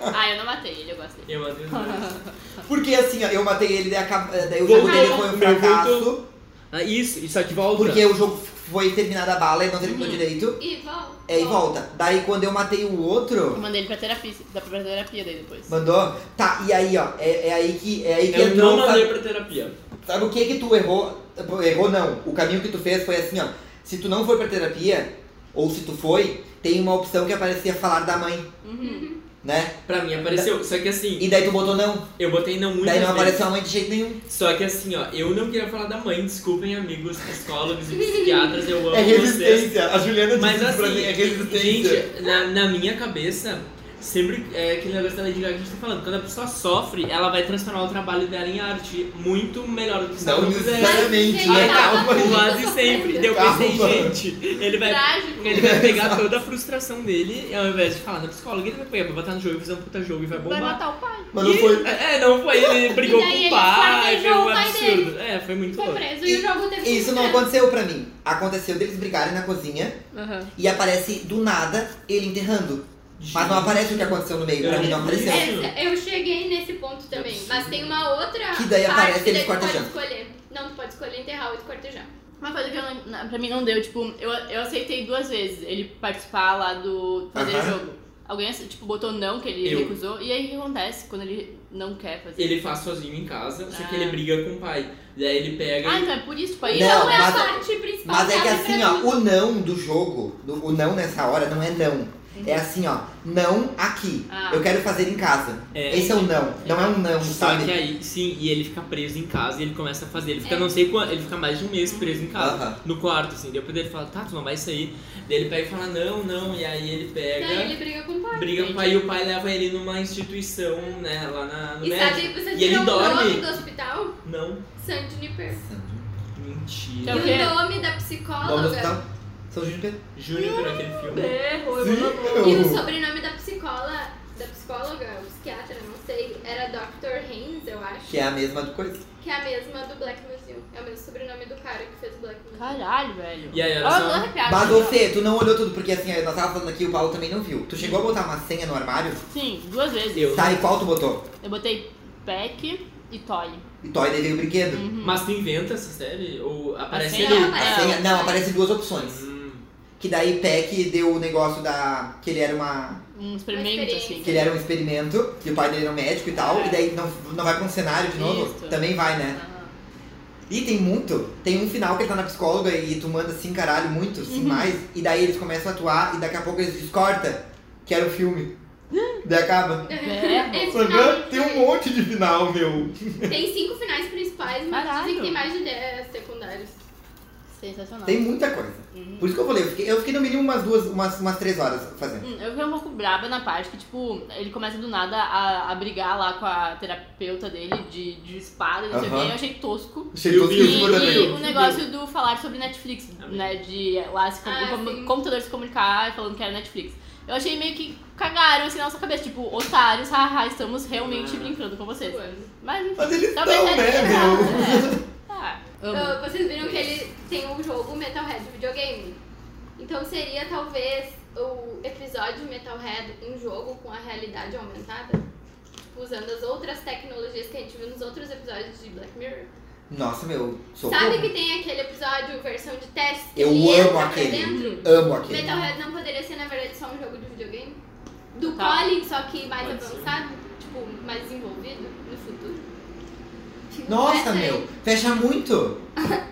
Speaker 3: ah, eu não matei ele, eu gosto dele.
Speaker 1: Eu matei os dois.
Speaker 2: Porque assim, ó, eu matei ele, daí, acaba- daí o jogo
Speaker 1: Voltou.
Speaker 2: dele foi um
Speaker 1: Voltou.
Speaker 2: fracasso.
Speaker 1: Ah, isso, isso aqui volta.
Speaker 2: Porque o jogo foi terminado a bala e não terminou direito.
Speaker 4: E volta.
Speaker 2: É, e volta. Daí quando eu matei o
Speaker 3: Eu
Speaker 2: outro,
Speaker 3: mandei ele pra terapia, dá pra terapia daí depois.
Speaker 2: mandou. Tá, e aí, ó, é, é aí que. É aí que
Speaker 1: Eu não
Speaker 2: entrou.
Speaker 1: mandei
Speaker 2: Sabe,
Speaker 1: pra terapia.
Speaker 2: sabe o que que tu errou? Errou não. O caminho que tu fez foi assim, ó. Se tu não foi pra terapia, ou se tu foi, tem uma opção que aparecia falar da mãe,
Speaker 3: Uhum.
Speaker 2: né?
Speaker 1: Pra mim apareceu. Só que assim,
Speaker 2: E daí tu botou não.
Speaker 1: eu botei não muito.
Speaker 2: daí não apareceu a mãe de jeito nenhum.
Speaker 1: Só que assim, ó, eu não queria falar da mãe, desculpem amigos, psicólogos e psiquiatras, eu amo vocês.
Speaker 2: É A Juliana
Speaker 1: Mas assim,
Speaker 2: é
Speaker 1: gente, na, na minha cabeça, sempre é aquele negócio da Lady Gaga que a gente tá falando, quando a pessoa sofre, ela vai transformar o trabalho dela em arte muito melhor do que se ela
Speaker 2: não
Speaker 1: não fizer.
Speaker 2: necessariamente,
Speaker 4: Mas,
Speaker 2: né?
Speaker 1: Aí
Speaker 4: gente,
Speaker 2: Calma
Speaker 1: tá,
Speaker 2: aí.
Speaker 1: quase sempre. Daí eu pensei,
Speaker 2: Calma.
Speaker 1: gente, ele vai
Speaker 4: Trágico.
Speaker 1: Ele vai pegar toda a frustração dele, e ao invés de falar na psicóloga, ele vai pegar, vai botar no jogo, fazer um puta jogo e vai
Speaker 3: Vai
Speaker 1: bombar.
Speaker 3: matar o pai.
Speaker 2: Mas não
Speaker 1: E-
Speaker 2: foi.
Speaker 1: É, não foi, ele brigou
Speaker 4: daí
Speaker 1: com
Speaker 4: ele
Speaker 1: o pai, foi
Speaker 4: esquartejou
Speaker 1: um
Speaker 4: o pai
Speaker 1: absurdo. É, foi muito
Speaker 4: Foi
Speaker 1: louco.
Speaker 4: preso e o jogo teve que
Speaker 2: Isso não
Speaker 4: mudar.
Speaker 2: aconteceu pra mim. Aconteceu deles brigarem na cozinha. E aparece do nada ele enterrando. Mas não aparece o que aconteceu no meio, pra mim não apareceu.
Speaker 1: É.
Speaker 4: É, eu cheguei nesse ponto também, mas tem uma outra
Speaker 2: Que daí
Speaker 4: parte
Speaker 2: aparece
Speaker 4: que
Speaker 2: ele
Speaker 4: daí tu pode
Speaker 2: esquartejando.
Speaker 4: escolher. Não, tu pode escolher enterrar ou esquartejar.
Speaker 3: Uma coisa que eu não, na- pra mim não deu, tipo, eu, eu aceitei duas vezes ele participar lá do fazer
Speaker 2: Aham.
Speaker 3: jogo. Alguém, tipo, botou não, que ele
Speaker 1: Eu.
Speaker 3: recusou. E aí o que acontece quando ele não quer fazer?
Speaker 1: Ele faz sozinho em casa, só que
Speaker 3: Ah.
Speaker 1: ele briga com o pai. Daí ele pega
Speaker 3: Ah,
Speaker 1: e.
Speaker 3: então é por isso, tipo, aí...
Speaker 2: Não,
Speaker 4: Então é a
Speaker 2: mas-
Speaker 4: parte principal.
Speaker 2: Mas é que
Speaker 4: sabe,
Speaker 2: assim,
Speaker 4: pra
Speaker 2: ó,
Speaker 4: mim.
Speaker 2: o não do jogo, do- o não nessa hora não é não. É assim, ó, não aqui.
Speaker 3: Ah.
Speaker 2: Eu quero fazer em casa.
Speaker 1: É.
Speaker 2: Esse é o não. Não é um não,
Speaker 1: Só que
Speaker 2: sabe?
Speaker 1: aí, sim, e ele fica preso em casa e ele começa a fazer. Ele fica
Speaker 4: É. Uhum.
Speaker 1: não sei quanto, ele fica mais de um mês preso em casa,
Speaker 2: Aham.
Speaker 1: no quarto, assim. Depois ele fala, tá, tu não vai sair. Daí ele pega e fala, não, não. E aí ele pega,
Speaker 4: Daí ele briga com o pai.
Speaker 1: briga com o pai e o pai leva ele numa instituição, né, lá na, no
Speaker 4: E
Speaker 1: médico.
Speaker 4: sabe, você
Speaker 1: E
Speaker 4: tirou
Speaker 1: ele
Speaker 4: o
Speaker 1: dorme.
Speaker 4: nome do hospital?
Speaker 1: Não,
Speaker 4: San Juniper. E
Speaker 1: mentira.
Speaker 3: Então- É o quê?
Speaker 4: o nome da
Speaker 2: Vamos
Speaker 4: psicóloga.
Speaker 2: tá? São Júnior Pedro.
Speaker 1: Júnior naquele filme.
Speaker 3: Berro,
Speaker 2: Sim.
Speaker 4: E o sobrenome da psicóloga, da psicóloga, ou psiquiatra, não sei, era Dr. Haynes, eu acho.
Speaker 2: Que é a mesma do coisa.
Speaker 4: Que é a mesma do Black Museum. É o mesmo sobrenome do cara que fez o Black Museum.
Speaker 3: Caralho, velho.
Speaker 1: E aí,
Speaker 3: Ó,
Speaker 1: era
Speaker 3: eu tô
Speaker 1: só.
Speaker 3: arrepiada.
Speaker 2: Mas você, tu não olhou tudo, porque assim, nós tava falando aqui, o Paulo também não viu. Tu chegou a botar uma senha no armário?
Speaker 3: Sim, duas vezes.
Speaker 1: Eu.
Speaker 2: Tá, e qual tu botou?
Speaker 3: Eu botei pack e toy.
Speaker 2: E Toy daí veio o brinquedo.
Speaker 3: Uhum.
Speaker 1: Mas tu inventa essa série? Ou aparece
Speaker 3: Assim,
Speaker 1: ele?
Speaker 3: não,
Speaker 2: A
Speaker 3: É.
Speaker 2: senha, não, aparece duas opções.
Speaker 1: Hum,
Speaker 2: Que daí Peck deu o negócio da. que ele era uma.
Speaker 3: Um experimento,
Speaker 4: Uma
Speaker 3: assim.
Speaker 2: que ele era um experimento, e o pai dele era um médico e tal, e daí não, não vai pra um cenário de novo?
Speaker 3: Isso.
Speaker 2: Também vai, né?
Speaker 3: Ah.
Speaker 2: E tem muito. Tem um final que ele tá na psicóloga e tu manda assim, caralho, muito, assim, mais. E daí eles começam a atuar e daqui a pouco eles descorta que era o filme. daí acaba.
Speaker 3: Berro.
Speaker 4: Esse
Speaker 2: Sabe?
Speaker 4: final
Speaker 2: Tem um monte de final, meu.
Speaker 4: Tem cinco finais principais, mas
Speaker 3: Caralho.
Speaker 4: dizem que tem mais de 10 secundários.
Speaker 3: Sensacional.
Speaker 2: Tem muita coisa.
Speaker 3: Uhum.
Speaker 2: Por isso que eu falei, eu fiquei, eu fiquei no mínimo umas duas, umas, umas três horas fazendo.
Speaker 3: Hum, Eu fiquei um pouco braba na parte que, tipo, ele começa do nada a, a brigar lá com a terapeuta dele de, de espada, não sei o
Speaker 2: Aham.
Speaker 3: quê. Eu achei tosco.
Speaker 2: Chegou
Speaker 1: vi,
Speaker 3: E,
Speaker 1: Isso,
Speaker 2: filme por
Speaker 3: e
Speaker 2: também.
Speaker 3: o negócio do falar sobre Netflix, né? De lá se com-
Speaker 4: Ah,
Speaker 3: com-
Speaker 4: sim.
Speaker 3: computador se comunicar e falando que era Netflix. Eu achei meio que cagaram assim na nossa cabeça, tipo, otários, haha, estamos realmente
Speaker 1: Ah.
Speaker 3: brincando com vocês.
Speaker 4: Quando?
Speaker 3: Mas enfim,
Speaker 2: Mas eles
Speaker 3: talvez
Speaker 2: estão,
Speaker 3: tenha
Speaker 2: né,
Speaker 3: errado,
Speaker 2: meu?
Speaker 3: né? Tá, amo.
Speaker 4: Ah, vocês viram que ele tem um jogo Metalhead de videogame. Então seria talvez o episódio Metalhead um jogo com a realidade aumentada? Tipo, Usando as outras tecnologias que a gente viu nos outros episódios de Black Mirror.
Speaker 2: Nossa, meu, sou
Speaker 4: Sabe que tem aquele episódio, versão de teste? que
Speaker 2: Eu
Speaker 4: ele
Speaker 2: amo
Speaker 4: entra pra
Speaker 2: aquele.
Speaker 4: dentro?
Speaker 2: Amo aquele.
Speaker 4: Metalhead não poderia ser, na verdade, só um jogo de videogame? Do
Speaker 3: Tá.
Speaker 4: Colin, só que mais
Speaker 1: Pode ser.
Speaker 4: avançado? Tipo, mais desenvolvido no futuro? Tipo,
Speaker 2: Nossa,
Speaker 4: essa aí.
Speaker 2: meu, fecha muito.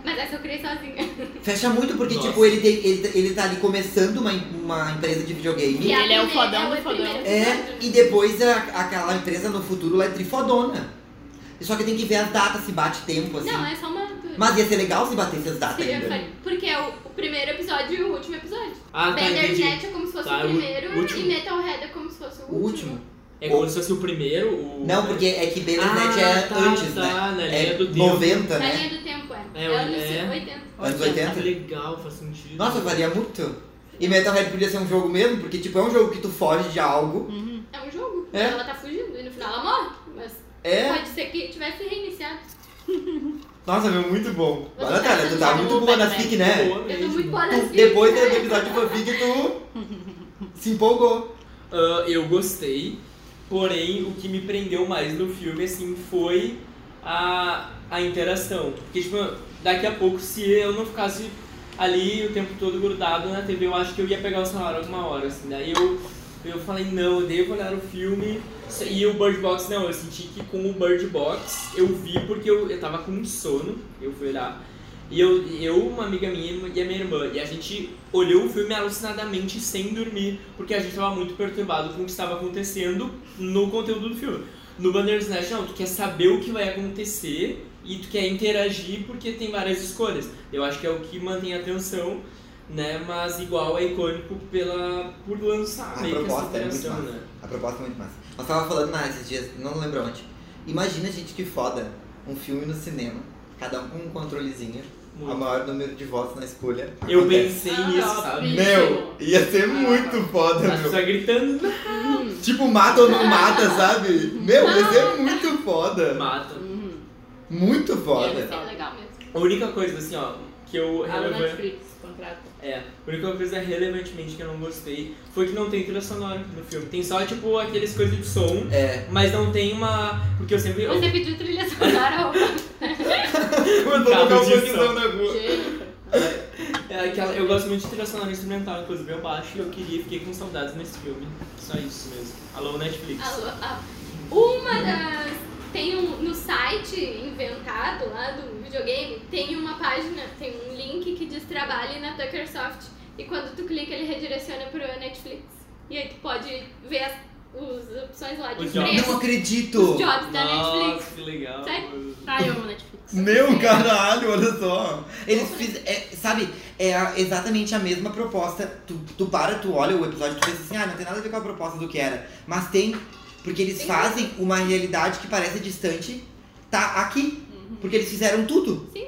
Speaker 4: Mas essa eu criei sozinha.
Speaker 2: Fecha muito porque,
Speaker 1: Nossa.
Speaker 2: tipo, ele, tem- ele, ele tá ali começando uma, em- uma empresa de videogame.
Speaker 3: E
Speaker 4: a
Speaker 3: ele é o
Speaker 4: primeira-
Speaker 3: fodão do
Speaker 4: o
Speaker 3: fodão.
Speaker 4: primeiro
Speaker 2: É,
Speaker 4: episódio,
Speaker 2: e
Speaker 4: né?
Speaker 2: depois a- aquela empresa no futuro lá é trifodona. Só que tem que ver as datas, se bate tempo, assim.
Speaker 4: Não, é só uma...
Speaker 2: Mas ia ser legal se batesse as datas
Speaker 4: Seria
Speaker 2: ainda.
Speaker 4: funny. Porque é o, o primeiro episódio e o último episódio.
Speaker 1: Ah, tá,
Speaker 4: Bandersnatch
Speaker 1: entendi.
Speaker 4: é como se fosse
Speaker 1: Tá,
Speaker 4: o
Speaker 1: o
Speaker 4: primeiro
Speaker 1: último.
Speaker 4: e Metalhead é como se fosse o
Speaker 2: O último.
Speaker 4: último.
Speaker 1: É como se fosse o primeiro, o.
Speaker 2: Não, porque é que Benes
Speaker 1: ah,
Speaker 2: é
Speaker 1: tá,
Speaker 2: antes, né?
Speaker 1: tá, Na linha
Speaker 2: É
Speaker 1: do tempo.
Speaker 2: 90,
Speaker 4: Na
Speaker 2: né?
Speaker 4: linha do tempo, é.
Speaker 1: É,
Speaker 4: É, anos
Speaker 1: é.
Speaker 4: 80.
Speaker 2: Anos
Speaker 1: Olha,
Speaker 2: 80.
Speaker 1: Que legal, faz sentido.
Speaker 2: Nossa, varia muito. E Metalhead podia ser um jogo mesmo, porque tipo, é um jogo que tu foge de algo.
Speaker 3: Uhum.
Speaker 4: É um jogo.
Speaker 2: É.
Speaker 4: Ela tá fugindo e no final ela morre. Mas
Speaker 2: É.
Speaker 4: pode ser que tivesse reiniciado.
Speaker 2: Nossa, meu, muito bom.
Speaker 4: Eu
Speaker 2: Olha, Natália, tu tá
Speaker 3: gostava
Speaker 2: muito
Speaker 3: do
Speaker 2: boa na
Speaker 3: Batman.
Speaker 2: FIC, né?
Speaker 1: Boa
Speaker 4: Eu tô
Speaker 1: mesmo.
Speaker 4: muito boa
Speaker 2: Tu,
Speaker 4: nessa
Speaker 2: depois é do
Speaker 4: vida. né?
Speaker 2: episódio de fanfic, tu se empolgou.
Speaker 1: Ah, eu gostei, porém o que me prendeu mais no filme assim foi a, a interação. Porque tipo, daqui a pouco se eu não ficasse ali o tempo todo grudado na TV, eu acho que eu ia pegar o celular alguma hora, assim. Daí eu, eu falei, não, eu devo olhar o filme. E o Bird Box, não, eu senti que com o Bird Box eu vi porque eu, eu tava com sono, eu fui olhar. E eu, eu, uma amiga minha e a minha irmã, e a gente olhou o filme alucinadamente sem dormir, porque a gente tava muito perturbado com o que estava acontecendo no conteúdo do filme. No Bandersnatch, não, tu quer saber o que vai acontecer e tu quer interagir porque tem várias escolhas. Eu acho que é o que mantém a atenção, né? Mas igual é icônico pela, por lançar
Speaker 2: A
Speaker 1: meio que essa
Speaker 2: proposta é muito
Speaker 1: interação,
Speaker 2: massa.
Speaker 1: né?
Speaker 2: A proposta é muito massa. Nós tava falando na esses dias, não lembro onde. Imagina, gente, que foda. Um filme no cinema, cada um com um controlezinho, o
Speaker 1: Muito.
Speaker 2: maior número de votos na escolha.
Speaker 1: Eu
Speaker 2: acontece.
Speaker 1: pensei
Speaker 3: Ah,
Speaker 1: nisso,
Speaker 3: não,
Speaker 1: sabe?
Speaker 2: Meu, ia ser muito foda,
Speaker 1: As
Speaker 2: meu.
Speaker 1: pessoas gritando,
Speaker 3: Uhum.
Speaker 2: Tipo, mata ou não mata, sabe? Meu, ia ser muito foda.
Speaker 1: mata.
Speaker 3: Uhum.
Speaker 2: Muito
Speaker 3: Ia
Speaker 2: foda.
Speaker 4: É legal mesmo.
Speaker 1: A única coisa, assim, ó, que eu
Speaker 3: A
Speaker 1: relevan-
Speaker 3: Netflix, contrato.
Speaker 1: É, a única coisa relevantemente que eu não gostei foi que não tem trilha sonora no filme. Tem só, tipo, aqueles coisas de som,
Speaker 2: É.
Speaker 1: mas não tem uma. Porque eu sempre. Eu,
Speaker 4: Você pediu trilha sonora ou
Speaker 1: Mandou tocar um funkzão
Speaker 2: na rua.
Speaker 3: Jennifer.
Speaker 1: é aquela- eu gosto muito de trilha sonora instrumental, inclusive eu baixo e eu queria, fiquei com saudades nesse filme. Só isso mesmo. Alô, Netflix.
Speaker 4: Alô, ah, Uma das. Tem um. No site inventado lá do videogame, tem uma página, tem um link que diz trabalhe na Tuckersoft. E quando tu clica, ele redireciona pro Netflix. E aí tu pode ver as, as opções lá de
Speaker 1: Os jobs.
Speaker 4: emprego,
Speaker 2: Não
Speaker 4: os
Speaker 2: acredito.
Speaker 4: jobs da Netflix.
Speaker 1: Nossa, que legal.
Speaker 4: Sério?
Speaker 3: Ah, eu amo Netflix.
Speaker 2: Meu caralho, olha só. Eles fizeram. sabe, é a- exatamente a mesma proposta. Tu, tu para, tu olha o episódio, tu pensa assim, ah, não tem nada a ver com a proposta do que era. Mas tem, porque eles
Speaker 4: Tem.
Speaker 2: fazem uma realidade que parece distante, tá aqui. Porque eles fizeram tudo.
Speaker 4: Uhum. Sim.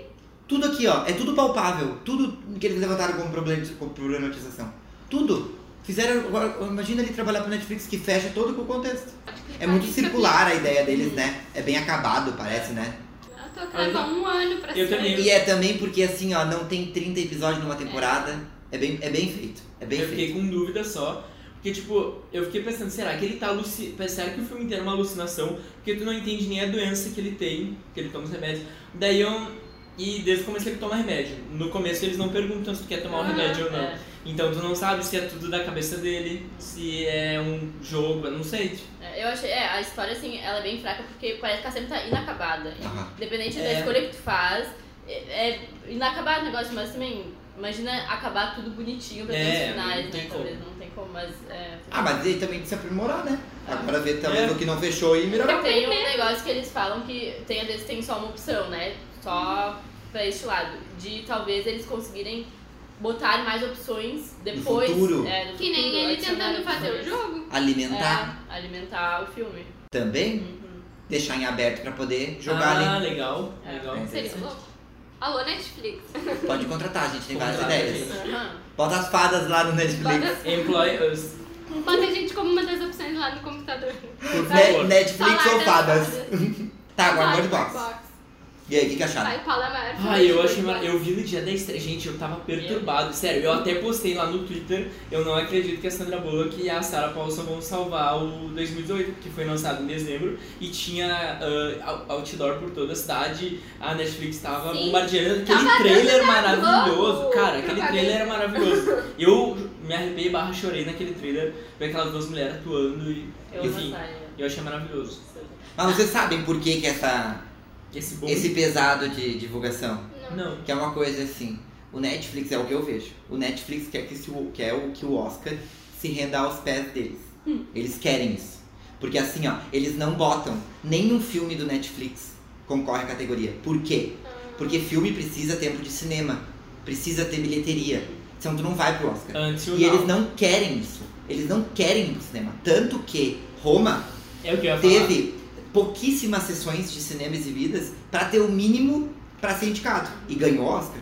Speaker 2: Tudo aqui, ó. É tudo palpável. Tudo que eles levantaram como problema de como problematização. Tudo. Fizeram. agora, Imagina ele trabalhar pro Netflix que fecha todo com o contexto. É muito
Speaker 4: Parece
Speaker 2: circular a ideia deles,
Speaker 4: Uhum.
Speaker 2: né? É bem acabado, parece, né?
Speaker 4: A Toca leva um ano pra
Speaker 1: Eu
Speaker 4: ser.
Speaker 1: também.
Speaker 2: E é também porque, assim, ó, não tem 30 episódios numa temporada. É bem, é bem feito. É bem
Speaker 1: eu
Speaker 2: feito.
Speaker 1: fiquei com dúvida só. Porque, tipo, eu fiquei pensando, será que ele tá alucinando? Será que o filme inteiro é uma alucinação? Porque tu não entende nem a doença que ele tem, que ele toma os remédios. Daí eu. E desde o começo ele toma remédio. No começo eles não perguntam se tu quer tomar o
Speaker 4: Ah,
Speaker 1: remédio ou não.
Speaker 3: É,
Speaker 1: Então tu não sabe se é tudo da cabeça dele, se é um jogo, eu não sei.
Speaker 3: é, eu achei, é, a história assim, ela é bem fraca porque parece que ela sempre tá inacabada.
Speaker 2: Aham.
Speaker 3: Independente da
Speaker 1: É.
Speaker 3: escolha que tu faz, é, é inacabado o negócio, mas também imagina acabar tudo bonitinho pra ter
Speaker 1: É,
Speaker 3: os finais,
Speaker 1: não
Speaker 3: né?
Speaker 1: tem
Speaker 3: Talvez não tem como, mas é.
Speaker 2: Ah, mas ele também tem que se aprimorar, né?
Speaker 3: Ah.
Speaker 2: Agora ver também
Speaker 1: É.
Speaker 2: o que não fechou e melhorar.
Speaker 3: Tem um negócio que eles falam que tem, às vezes tem só uma opção, né? Só pra este lado. De talvez eles conseguirem botar mais opções depois.
Speaker 2: futuro.
Speaker 3: é, no
Speaker 4: Que nem
Speaker 3: futuro,
Speaker 4: ele
Speaker 3: adicionar
Speaker 4: tentando fazer o
Speaker 3: opções.
Speaker 4: jogo.
Speaker 2: Alimentar
Speaker 3: É, alimentar o filme.
Speaker 2: também,
Speaker 3: Uhum.
Speaker 2: deixar em aberto pra poder jogar,
Speaker 1: ah,
Speaker 2: né?
Speaker 1: legal,
Speaker 3: É.
Speaker 1: legal.
Speaker 2: É.
Speaker 4: Seria louco. Alô, Netflix.
Speaker 2: Pode contratar, a gente tem várias
Speaker 1: Contrata,
Speaker 2: ideias.
Speaker 1: gente.
Speaker 3: Aham.
Speaker 2: Bota as fadas lá no Netflix.
Speaker 4: Bota,
Speaker 1: Employ us.
Speaker 4: bota a gente como uma das opções lá no computador.
Speaker 2: Ne-
Speaker 1: favor.
Speaker 2: Netflix ou fadas? Tá, agora Bird
Speaker 4: Vai,
Speaker 2: Box. E aí, o que, que acharam?
Speaker 4: Vai, Palamar.
Speaker 1: Ai, eu achei mar... Eu vi no dia da estreia. Gente, eu tava perturbado. Sério, eu até postei lá no Twitter. Eu não acredito que a Sandra Bullock e a Sarah Paulson vão salvar o 2018, que foi lançado em dezembro. E tinha ah, out- outdoor por toda a cidade. A Netflix tava
Speaker 4: Sim.
Speaker 1: bombardeando. Aquele
Speaker 4: Tava
Speaker 1: trailer
Speaker 4: dando na
Speaker 1: maravilhoso.
Speaker 4: Globo,
Speaker 1: Cara, aquele
Speaker 4: propaganda.
Speaker 1: trailer era maravilhoso. Eu me arrepiei barra chorei naquele trailer. Ver aquelas duas mulheres atuando e.
Speaker 3: Eu amo
Speaker 1: enfim,
Speaker 3: a Sarah.
Speaker 1: eu achei maravilhoso.
Speaker 2: Mas vocês sabem por que, que essa,
Speaker 1: Esse bom.
Speaker 2: esse pesado de divulgação?
Speaker 4: Não.
Speaker 1: Não.
Speaker 2: Que é uma coisa assim. O Netflix é o que eu vejo. O Netflix quer que, se o, quer o, que o Oscar se renda aos pés deles. Eles querem isso. Porque assim, ó, eles não botam nenhum filme do Netflix concorre à categoria. Por quê? Porque filme precisa tempo de cinema. Precisa ter bilheteria. Senão tu não vai pro Oscar.
Speaker 1: Antes
Speaker 2: E eles não querem isso. Eles não querem ir pro cinema. Tanto que Roma
Speaker 1: É o que eu ia falar.
Speaker 2: teve pouquíssimas sessões de cinema exibidas pra ter o mínimo pra ser indicado. E ganhou Oscar.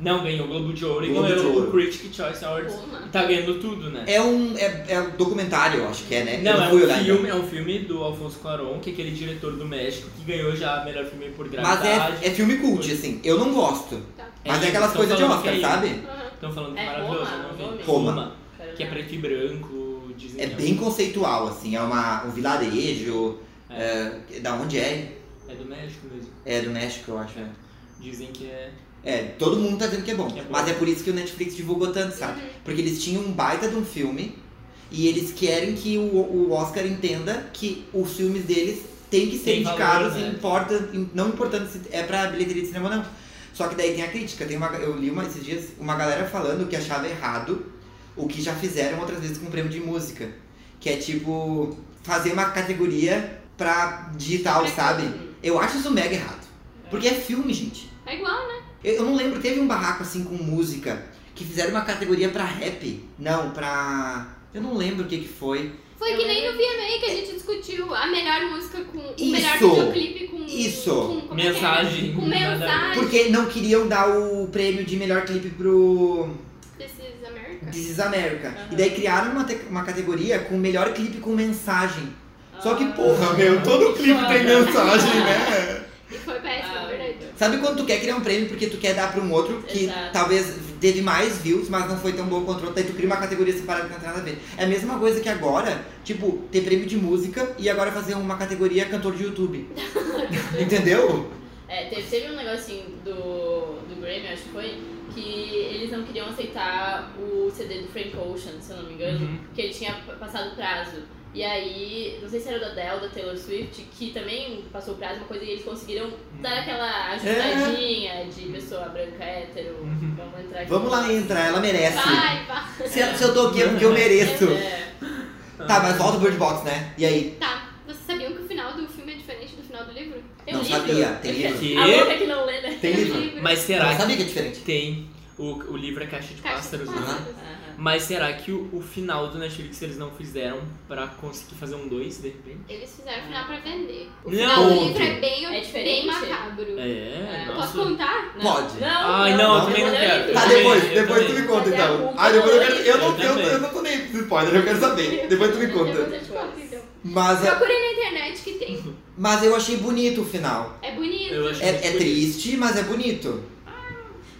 Speaker 1: Não, ganhou o Globo de Ouro e
Speaker 2: Globo de
Speaker 1: ganhou
Speaker 2: Ouro.
Speaker 1: o Critic Choice Awards.
Speaker 4: Roma.
Speaker 1: Tá ganhando tudo, né?
Speaker 2: É um, é, é um documentário, eu acho que é, né? eu
Speaker 1: Não, é
Speaker 2: fui
Speaker 1: um,
Speaker 2: olhar ainda.
Speaker 1: filme, é um filme do Alfonso Cuarón, que é aquele diretor do México que ganhou já melhor filme por
Speaker 2: Mas
Speaker 1: gravidade.
Speaker 2: é, é filme cult, assim. Eu não gosto.
Speaker 4: Tá.
Speaker 2: Mas
Speaker 1: É,
Speaker 2: é, aquelas
Speaker 1: estão
Speaker 2: coisas de
Speaker 1: falando
Speaker 2: Oscar,
Speaker 1: que é
Speaker 2: sabe?
Speaker 4: Aham.
Speaker 1: Estão falando que
Speaker 3: É
Speaker 1: é maravilhoso,
Speaker 3: Roma,
Speaker 1: eu não vi.
Speaker 3: nome?
Speaker 2: Roma.
Speaker 3: Quero
Speaker 1: que é
Speaker 3: ver.
Speaker 1: preto e branco, dizem
Speaker 2: É
Speaker 1: que
Speaker 2: bem conceitual, assim. É uma, um vilarejo. é, da onde é?
Speaker 1: É do México mesmo.
Speaker 2: É do México, eu acho. é.
Speaker 1: Dizem que é...
Speaker 2: É, todo mundo tá dizendo que é bom.
Speaker 1: É bom.
Speaker 2: mas é por isso que o Netflix divulgou tanto, sabe? Porque eles tinham um baita de um filme e eles querem que o, o Oscar entenda que os filmes deles têm que ser
Speaker 1: Tem valor,
Speaker 2: indicados,
Speaker 1: né?
Speaker 2: importa, não importando se é pra bilheteria de cinema ou não. Só que daí tem a crítica, tem uma, eu li uma, esses dias uma galera falando que achava errado o que já fizeram outras vezes com o prêmio de música. Que é tipo, fazer uma categoria pra digital, sabe? Eu acho isso mega errado. Porque é filme, gente.
Speaker 4: É igual, né?
Speaker 2: Eu, eu não lembro, teve um barraco assim com música que fizeram uma categoria pra rap. Não, pra. Eu não lembro o que que foi.
Speaker 4: Foi
Speaker 3: Eu
Speaker 4: que nem no
Speaker 3: lembro.
Speaker 4: VMA que a gente discutiu a melhor música com.
Speaker 2: Isso.
Speaker 4: O melhor videoclipe com.
Speaker 2: Isso.
Speaker 4: Com, como é que era?
Speaker 1: Mensagem.
Speaker 4: Com
Speaker 1: Nada a ver.
Speaker 4: mensagem.
Speaker 2: Porque não queriam dar o prêmio de melhor clipe pro
Speaker 4: This is America.
Speaker 2: This is America.
Speaker 3: Aham.
Speaker 2: E daí criaram uma, te- uma categoria com melhor clipe com mensagem. Só que,
Speaker 3: Ah.
Speaker 2: porra, meu, todo clipe tem mensagem, né?
Speaker 4: E foi péssimo,
Speaker 3: Ah.
Speaker 4: na é verdade.
Speaker 2: Sabe quando tu quer criar um prêmio porque tu quer dar pra um outro que
Speaker 3: Exato.
Speaker 2: talvez teve mais views, mas não foi tão bom quanto o outro, daí tu cria uma categoria separada que não tem nada a ver. É a mesma coisa que agora, tipo, ter prêmio de música e agora fazer uma categoria cantor de YouTube. Entendeu?
Speaker 3: É, teve, teve um negocinho do, do Grammy, acho que foi, que eles não queriam aceitar o CD do Frank Ocean, se eu não me engano,
Speaker 1: Uhum.
Speaker 3: porque ele tinha p- passado o prazo. E aí, não sei se era da Adele, da Taylor Swift, que também passou o prazo, uma coisa, e eles conseguiram
Speaker 1: Uhum.
Speaker 3: dar aquela
Speaker 1: É.
Speaker 3: ajudadinha de pessoa branca hétero.
Speaker 1: Uhum.
Speaker 3: Vamos entrar aqui.
Speaker 2: Vamos lá entrar, ela
Speaker 1: é
Speaker 2: merece.
Speaker 4: Vai, vai.
Speaker 2: Se, eu- se eu tô aqui é porque eu mereço.
Speaker 3: É,
Speaker 2: Tá, mas volta o Bird Box, né? E aí?
Speaker 4: Tá. Vocês sabiam que o final do filme é diferente do final do livro?
Speaker 3: tem
Speaker 2: Não
Speaker 3: um livro.
Speaker 2: sabia, tem livro?
Speaker 1: Que-
Speaker 3: A boca que não lê, né?
Speaker 2: Tem
Speaker 4: O
Speaker 2: É livro?
Speaker 1: Mas
Speaker 2: Eu
Speaker 1: será
Speaker 2: não sabia que é diferente.
Speaker 1: que tem o, o livro A Caixa de
Speaker 4: Caixa de
Speaker 1: Pássaros, né?
Speaker 4: Pássaros.
Speaker 3: Aham.
Speaker 1: Mas será que o, o final do Netflix eles não fizeram pra conseguir fazer um 2, de repente?
Speaker 4: Eles fizeram o final pra vender. O
Speaker 1: Não.
Speaker 4: final do livro é bem,
Speaker 3: É
Speaker 4: bem
Speaker 3: diferente?
Speaker 4: macabro.
Speaker 1: É,
Speaker 3: É.
Speaker 4: Posso
Speaker 1: nossa.
Speaker 4: contar?
Speaker 3: Não.
Speaker 2: Pode.
Speaker 3: Não,
Speaker 1: Ai, não, eu também não
Speaker 3: vou ler o
Speaker 1: quero.
Speaker 3: livro.
Speaker 2: Tá,
Speaker 1: Eu
Speaker 2: depois,
Speaker 1: também, eu
Speaker 2: depois tu
Speaker 1: também.
Speaker 2: me conta
Speaker 3: Mas é
Speaker 2: então.
Speaker 3: um
Speaker 2: Ah, depois eu quero. Eu
Speaker 1: Eu
Speaker 2: não, eu,
Speaker 1: também.
Speaker 2: eu não tô nem pro spoiler, eu quero saber. Depois tu me conta.
Speaker 4: Depois eu te conto, então.
Speaker 2: Mas. é-
Speaker 4: Procurem na
Speaker 2: Mas eu achei bonito o final.
Speaker 4: É bonito.
Speaker 1: Eu acho
Speaker 2: É,
Speaker 1: muito
Speaker 2: é
Speaker 1: bonito.
Speaker 2: triste, mas é bonito.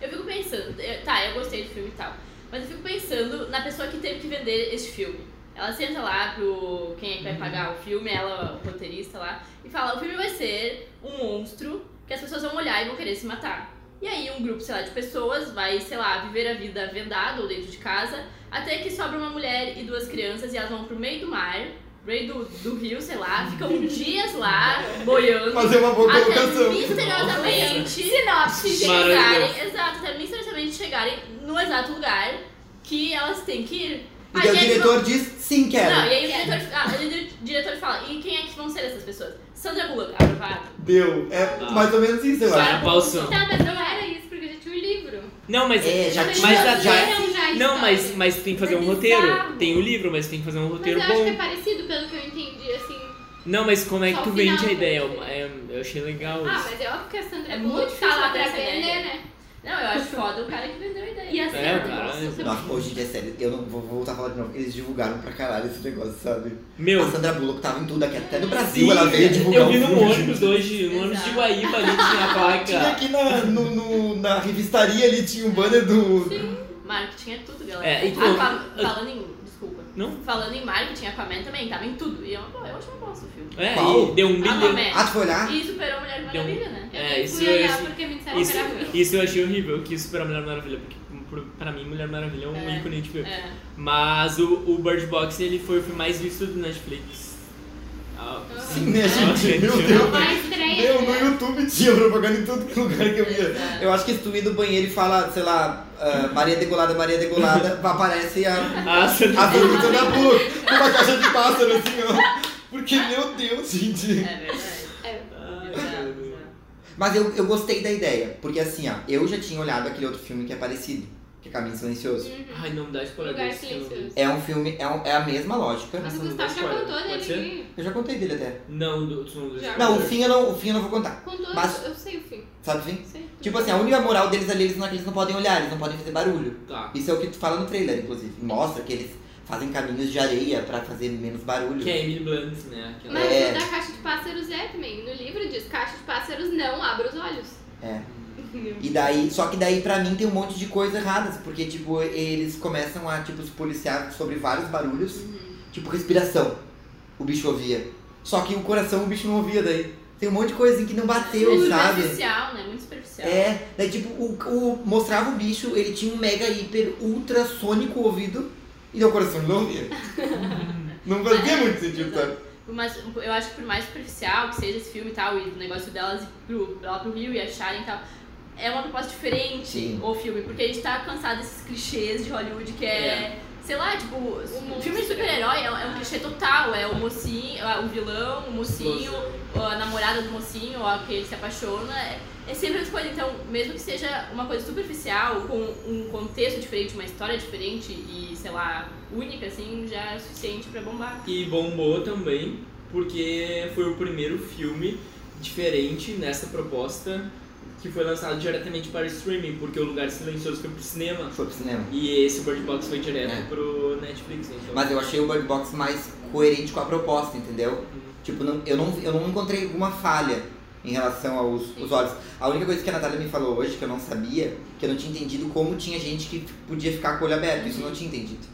Speaker 3: Eu fico pensando, eu- tá, eu gostei do filme e tal, mas eu fico pensando na pessoa que teve que vender este filme. Ela senta lá pro quem é que vai pagar o filme, ela, o roteirista lá, e fala: o filme vai ser um monstro que as pessoas vão olhar e vão querer se matar. E aí um grupo, sei lá, de pessoas vai, sei lá, viver a vida vendada ou dentro de casa, até que sobra uma mulher e duas crianças e elas vão pro meio do mar, pro meio do, do rio, sei lá, ficam dias lá boiando.
Speaker 2: Fazer é uma boa
Speaker 3: Até
Speaker 2: colocação.
Speaker 3: misteriosamente
Speaker 4: Sinopse, gente.
Speaker 1: Maravilhoso.
Speaker 3: chegarem, exato, até misteriosamente chegarem no exato lugar que elas têm que ir.
Speaker 2: E daí o
Speaker 3: quem é que
Speaker 2: diretor diz, sim,
Speaker 3: vão- Não,
Speaker 2: quero.
Speaker 3: e aí o diretor, ah, aí o diretor fala, e quem é que vão ser essas pessoas? Sandra Bullock, aprovado.
Speaker 2: Deu. É
Speaker 1: Ah.
Speaker 2: mais ou menos isso, eu
Speaker 1: Sarah
Speaker 2: acho.
Speaker 1: Paulson.
Speaker 4: Tá, mas não era isso, porque já tinha um livro.
Speaker 1: Não, mas.
Speaker 2: É, já
Speaker 4: Mas
Speaker 2: tinha.
Speaker 1: mas
Speaker 4: já
Speaker 1: a- já-
Speaker 4: leram já a
Speaker 1: Não, mas,
Speaker 4: história.
Speaker 1: mas tem que fazer
Speaker 4: É
Speaker 1: um roteiro.
Speaker 4: bizarro.
Speaker 1: Tem o livro, mas tem que fazer um
Speaker 4: Mas eu
Speaker 1: roteiro
Speaker 4: acho que é
Speaker 1: bom.
Speaker 4: parecido pelo que eu entendi, assim.
Speaker 1: Não, mas como é
Speaker 4: Só
Speaker 1: que tu
Speaker 4: o
Speaker 1: vende
Speaker 4: final.
Speaker 1: a ideia? Eu, é, eu achei legal
Speaker 4: Ah,
Speaker 1: isso.
Speaker 4: mas é óbvio que a Sandra
Speaker 3: É
Speaker 4: Bullock
Speaker 3: muito
Speaker 4: tá lá
Speaker 3: difícil
Speaker 4: pra
Speaker 3: essa
Speaker 4: vender,
Speaker 3: ideia.
Speaker 4: né?
Speaker 3: Não, eu acho foda o cara que vendeu a ideia.
Speaker 4: E a
Speaker 1: É,
Speaker 4: Sandra
Speaker 1: cara.
Speaker 4: Bullock, super-
Speaker 2: Nossa, hoje em dia, é sério, eu não vou voltar a falar de novo. Eles divulgaram pra caralho esse negócio, sabe?
Speaker 1: Meu,
Speaker 2: A Sandra Bullock tava em tudo aqui, até no Brasil
Speaker 1: sim,
Speaker 2: ela veio divulgar um
Speaker 1: eu vi
Speaker 2: o
Speaker 1: no
Speaker 2: filme.
Speaker 1: ônibus hoje, no ônibus de
Speaker 3: Exato.
Speaker 1: Guaíba ali tinha a
Speaker 2: Tinha
Speaker 1: placa.
Speaker 2: aqui na, no- no- na revistaria ali, tinha um banner do.
Speaker 3: Marketing é tudo, galera.
Speaker 1: É, e
Speaker 3: Ah,
Speaker 1: com-
Speaker 3: fa- falando em. Desculpa.
Speaker 1: Não?
Speaker 3: Falando em marketing, Aquaman também tava em tudo. E eu, eu acho uma bosta o filme.
Speaker 1: É,
Speaker 2: Qual?
Speaker 1: e deu um
Speaker 4: tá
Speaker 1: bilhão.
Speaker 3: Aquaman.
Speaker 2: Ah, tu foi olhar?
Speaker 3: E superou a Mulher
Speaker 1: Deu um-
Speaker 3: Maravilha, né?
Speaker 4: Eu
Speaker 1: É,
Speaker 4: nem
Speaker 1: isso-
Speaker 4: fui olhar
Speaker 1: isso-
Speaker 4: porque me disseram
Speaker 1: Isso, é
Speaker 4: que era ruim.
Speaker 1: isso eu achei horrível, que isso supera a Mulher Maravilha, porque pro- pra mim Mulher Maravilha é um
Speaker 3: É.
Speaker 1: ícone de filme.
Speaker 3: É.
Speaker 1: Mas o, o Bird Box ele foi o filme mais visto do Netflix. Ah,
Speaker 2: Sim, né, gente? Meu
Speaker 1: Não,
Speaker 2: Deus.
Speaker 4: Uma estreia.
Speaker 2: Meu,
Speaker 4: né?
Speaker 2: no YouTube tinha propaganda em tudo que é lugar que eu ia. Eu acho que se tu ir do banheiro e falar, sei lá, ah, Maria Degolada, Maria Degolada, aparece a,
Speaker 1: Ah, Sandra
Speaker 2: a Sandra da Bullock com uma caixa de pássaro assim, ó. Porque, meu Deus, gente.
Speaker 3: É verdade.
Speaker 4: É.
Speaker 1: Ai,
Speaker 3: Exato,
Speaker 1: meu Deus.
Speaker 3: exato.
Speaker 2: Mas eu, eu gostei da ideia, porque assim, ó, eu já tinha olhado aquele outro filme que é parecido, que é Caminho Silencioso.
Speaker 4: Uhum.
Speaker 1: Ai, não me dá spoiler
Speaker 4: Lugar
Speaker 1: desse que eu não vi.
Speaker 4: silencioso.
Speaker 2: É um filme, é, um- é a mesma lógica.
Speaker 4: Mas o
Speaker 1: Nossa, não dá
Speaker 4: Gustavo já
Speaker 1: spoiler.
Speaker 4: contou
Speaker 1: Pode
Speaker 4: dele.
Speaker 2: Eu já contei dele até.
Speaker 1: Não, do, tu não viu
Speaker 4: Já.
Speaker 2: Não, o fim eu não, o fim eu não vou contar,
Speaker 4: Contou,
Speaker 2: Mas-
Speaker 4: eu sei o fim.
Speaker 2: sabe o fim?
Speaker 4: Sei tudo.
Speaker 2: Tipo assim, a única moral deles ali, eles não, eles não podem olhar, eles não podem fazer barulho.
Speaker 1: Tá.
Speaker 2: Isso é o que tu fala no trailer, inclusive. Mostra que eles fazem caminhos de areia pra fazer menos barulho.
Speaker 1: Que é Emily Blunt, né? Aquela...
Speaker 4: Mas
Speaker 2: É.
Speaker 4: o da caixa de pássaros é também. No livro diz caixa de pássaros não abra os olhos.
Speaker 2: É. E daí, só que daí pra mim tem um monte de coisa erradas, porque tipo, eles começam a tipo se policiar sobre vários barulhos,
Speaker 1: Uhum.
Speaker 2: tipo respiração. O bicho ouvia. Só que o coração o bicho não ouvia daí. Tem um monte de coisa assim que não
Speaker 3: É muito
Speaker 2: bateu, sabe?
Speaker 3: superficial, né? Muito superficial.
Speaker 2: É, daí tipo, o, o- mostrava o bicho, ele tinha um mega hiper ultrassônico ouvido e daí o coração não ouvia. não
Speaker 1: é
Speaker 2: fazia muito sentido, sabe?
Speaker 3: Mas eu acho que por mais superficial que seja esse filme e tal, e o negócio delas ir pro, lá pro Rio e acharem e tal, é uma proposta diferente
Speaker 2: Sim.
Speaker 3: o filme, porque a gente tá cansado desses clichês de Hollywood que é. Sei lá, tipo,
Speaker 4: monstro.
Speaker 3: filme de super-herói é, é um clichê total. É o mocinho, é o vilão, o mocinho, a namorada do mocinho, a que ele se apaixona. É, é sempre a mesma coisa. Então, mesmo que seja uma coisa superficial, com um contexto diferente, uma história diferente e, sei lá, única, assim, já é o suficiente pra bombar.
Speaker 1: E bombou também, porque foi o primeiro filme diferente nessa proposta que foi lançado diretamente para o streaming, porque o Lugar Silencioso foi pro cinema.
Speaker 2: Foi pro cinema.
Speaker 1: E esse Bird Box foi direto
Speaker 2: É.
Speaker 1: pro Netflix, então.
Speaker 2: Mas eu achei o Bird Box mais coerente com a proposta, entendeu? Tipo, não- eu, não, eu não encontrei alguma falha em relação aos, aos olhos. A única coisa que a Natália me falou hoje, que eu não sabia, que eu não tinha entendido como tinha gente que podia ficar com o olho aberto. Isso eu não tinha entendido.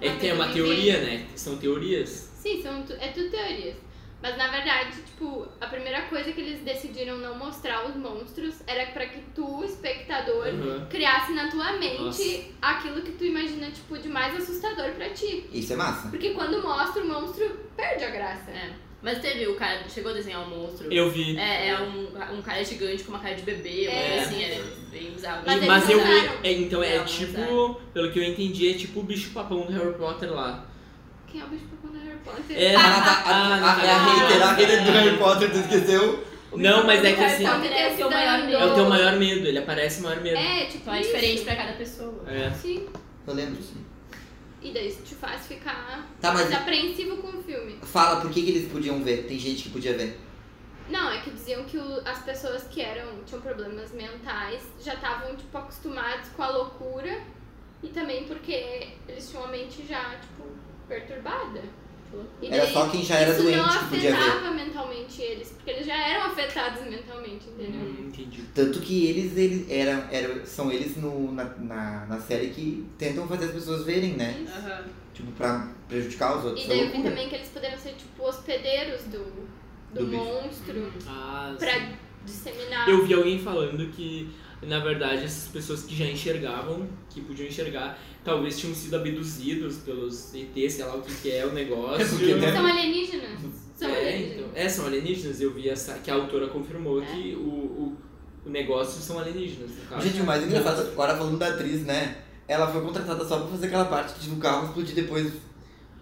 Speaker 1: É que tem uma teoria, né? São teorias.
Speaker 4: Sim, são tu- é tudo teorias. Mas na verdade, tipo, a primeira coisa que eles decidiram não mostrar os monstros era pra que tu, espectador,
Speaker 1: Uhum.
Speaker 4: criasse na tua mente
Speaker 1: Nossa.
Speaker 4: aquilo que tu imagina, tipo, de mais assustador pra ti.
Speaker 2: Isso é massa.
Speaker 4: Porque quando mostra o monstro, perde a graça.
Speaker 3: É. Mas teve o cara que chegou a desenhar um monstro.
Speaker 1: Eu vi.
Speaker 3: É, é um, um cara gigante com uma cara de bebê, uma
Speaker 4: É.
Speaker 3: coisa assim, é bem bizarro.
Speaker 4: Mas
Speaker 1: E-
Speaker 4: eles
Speaker 1: mas
Speaker 4: não
Speaker 1: eu
Speaker 4: usaram.
Speaker 1: é, então é
Speaker 3: Não, não
Speaker 1: tipo,
Speaker 3: usaram.
Speaker 1: pelo que eu entendi, é tipo o bicho papão do Harry Potter lá.
Speaker 4: Quem é o bicho papão do Harry Potter?
Speaker 1: É,
Speaker 2: A, Nata- a,
Speaker 1: Ah,
Speaker 2: a, é a hater, a hater do Harry Potter, tu esqueceu?
Speaker 1: não, mas é que
Speaker 4: Harry
Speaker 1: assim,
Speaker 4: Potter
Speaker 3: É o teu maior medo.
Speaker 1: é o teu maior medo, ele aparece o maior medo.
Speaker 4: É, tipo,
Speaker 3: Então é
Speaker 4: isso.
Speaker 3: diferente pra cada pessoa.
Speaker 1: É.
Speaker 4: Sim.
Speaker 2: Eu lembro disso.
Speaker 4: E daí isso te faz ficar
Speaker 1: Ah,
Speaker 2: Tá, mas-
Speaker 4: mais apreensivo com o filme.
Speaker 2: Fala por que, que eles podiam ver. Tem gente que podia ver.
Speaker 4: Não, é que diziam que o- as pessoas que eram tinham problemas mentais já estavam, tipo, acostumadas com a loucura e também porque eles tinham a mente já, tipo, perturbada. E
Speaker 2: Era
Speaker 4: daí
Speaker 2: só quem já era
Speaker 4: isso
Speaker 2: doente
Speaker 4: não
Speaker 2: que podia ver.
Speaker 4: afetava mentalmente eles, porque afetados mentalmente, entendeu?
Speaker 1: Hum, entendi.
Speaker 2: Tanto que eles, eles era, era, são eles no, na, na, na série que tentam fazer as pessoas verem, né?
Speaker 3: Aham.
Speaker 2: Tipo, pra prejudicar os outros.
Speaker 4: E
Speaker 2: Isso é
Speaker 4: daí eu vi
Speaker 2: loucura.
Speaker 4: também que eles poderiam ser, tipo, hospedeiros do, do,
Speaker 2: Do bicho.
Speaker 4: monstro
Speaker 1: Ah,
Speaker 4: pra
Speaker 1: sim.
Speaker 4: disseminar.
Speaker 1: Eu vi alguém falando que, na verdade, essas pessoas que já enxergavam, que podiam enxergar, talvez tinham sido abduzidos pelos ETs, sei lá o que, que é o negócio.
Speaker 2: É porque, né?
Speaker 4: São alienígenas. São
Speaker 1: É,
Speaker 4: alienígenas.
Speaker 1: então. É, são alienígenas. Eu vi essa, que a autora confirmou que o, o, o negócio são alienígenas, no caso.
Speaker 2: Gente, o mais engraçado, agora falando da atriz, né? Ela foi contratada só pra fazer aquela parte de no carro explodir depois.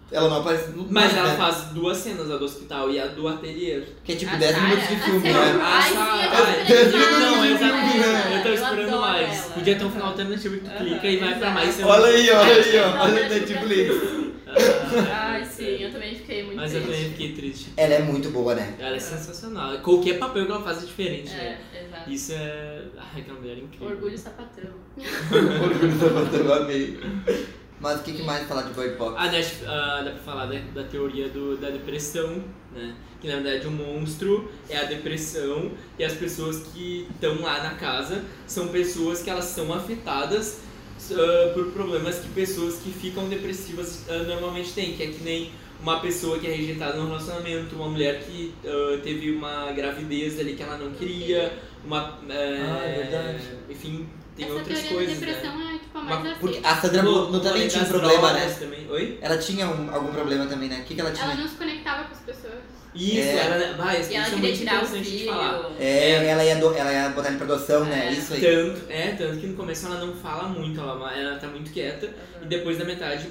Speaker 2: Ela não aparece no
Speaker 1: Mas
Speaker 2: nada,
Speaker 1: ela
Speaker 2: né?
Speaker 1: faz duas cenas, a do hospital e a do ateliê.
Speaker 2: Que é tipo
Speaker 3: A
Speaker 2: 10
Speaker 3: Sarah,
Speaker 2: minutos de
Speaker 3: a
Speaker 2: filme,
Speaker 4: Sarah.
Speaker 2: né?
Speaker 1: Ah,
Speaker 3: Ai, sim, é eu tô
Speaker 1: sabe?
Speaker 4: esperando
Speaker 1: Não, é
Speaker 4: mais
Speaker 1: exatamente.
Speaker 3: ela.
Speaker 1: Eu tô
Speaker 3: é Eu
Speaker 1: esperando
Speaker 3: adoro
Speaker 1: mais.
Speaker 3: ela.
Speaker 1: Podia ter um final alternativo que tu
Speaker 3: Aham,
Speaker 1: clica e vai pra
Speaker 3: exato.
Speaker 1: mais cenas.
Speaker 2: Olha aí, olha aí, ó.
Speaker 3: Não,
Speaker 2: Olha o
Speaker 3: mas eu
Speaker 2: Netflix.
Speaker 1: Ah,
Speaker 3: Ai, sim, eu também fiquei muito
Speaker 1: Mas eu
Speaker 3: triste.
Speaker 1: também fiquei triste.
Speaker 2: Ela é muito boa, né?
Speaker 1: Ela é sensacional. Qualquer papel que ela faz é diferente, né?
Speaker 3: É, exato.
Speaker 1: Isso é. Ai, aquela mulher é incrível.
Speaker 3: Orgulho sapatão.
Speaker 2: Orgulho da Bota, eu amei. Mas o que, que mais falar de Boy Pop?
Speaker 1: A Nash, ah, dá pra falar da, da teoria do, da depressão, né? Que na verdade o monstro é a depressão e as pessoas que estão lá na casa são pessoas que elas são afetadas ah, por problemas que pessoas que ficam depressivas ah, normalmente têm, que é que nem uma pessoa que é rejeitada no relacionamento, uma mulher que ah, teve uma gravidez ali que ela não queria, uma. eh,
Speaker 2: Ah, é verdade.
Speaker 1: Enfim, tem
Speaker 4: Essa
Speaker 1: outras
Speaker 4: teoria
Speaker 1: coisas.
Speaker 4: da
Speaker 1: Né?
Speaker 4: depressão é tipo a
Speaker 1: Mas
Speaker 4: mais aceita.
Speaker 2: Porque a Sandra Bullock não também tinha um
Speaker 1: das
Speaker 2: problema,
Speaker 1: drogas
Speaker 2: né?
Speaker 1: Também. Oi?
Speaker 2: Ela tinha um- algum problema também, né? O que, que ela
Speaker 4: Ela
Speaker 2: tinha?
Speaker 4: não se conectava com as pessoas.
Speaker 1: Isso,
Speaker 2: É.
Speaker 1: ela, vai, isso
Speaker 3: E ela
Speaker 1: é
Speaker 3: queria
Speaker 1: muito
Speaker 3: tirar o
Speaker 1: interessante de
Speaker 3: filho.
Speaker 1: falar.
Speaker 2: É, ela ia, do- ela ia botar ele pra adoção, né?
Speaker 3: É.
Speaker 2: Isso aí.
Speaker 1: Tanto, é, tanto que no começo ela não fala muito, ela, ela tá muito quieta. E depois da metade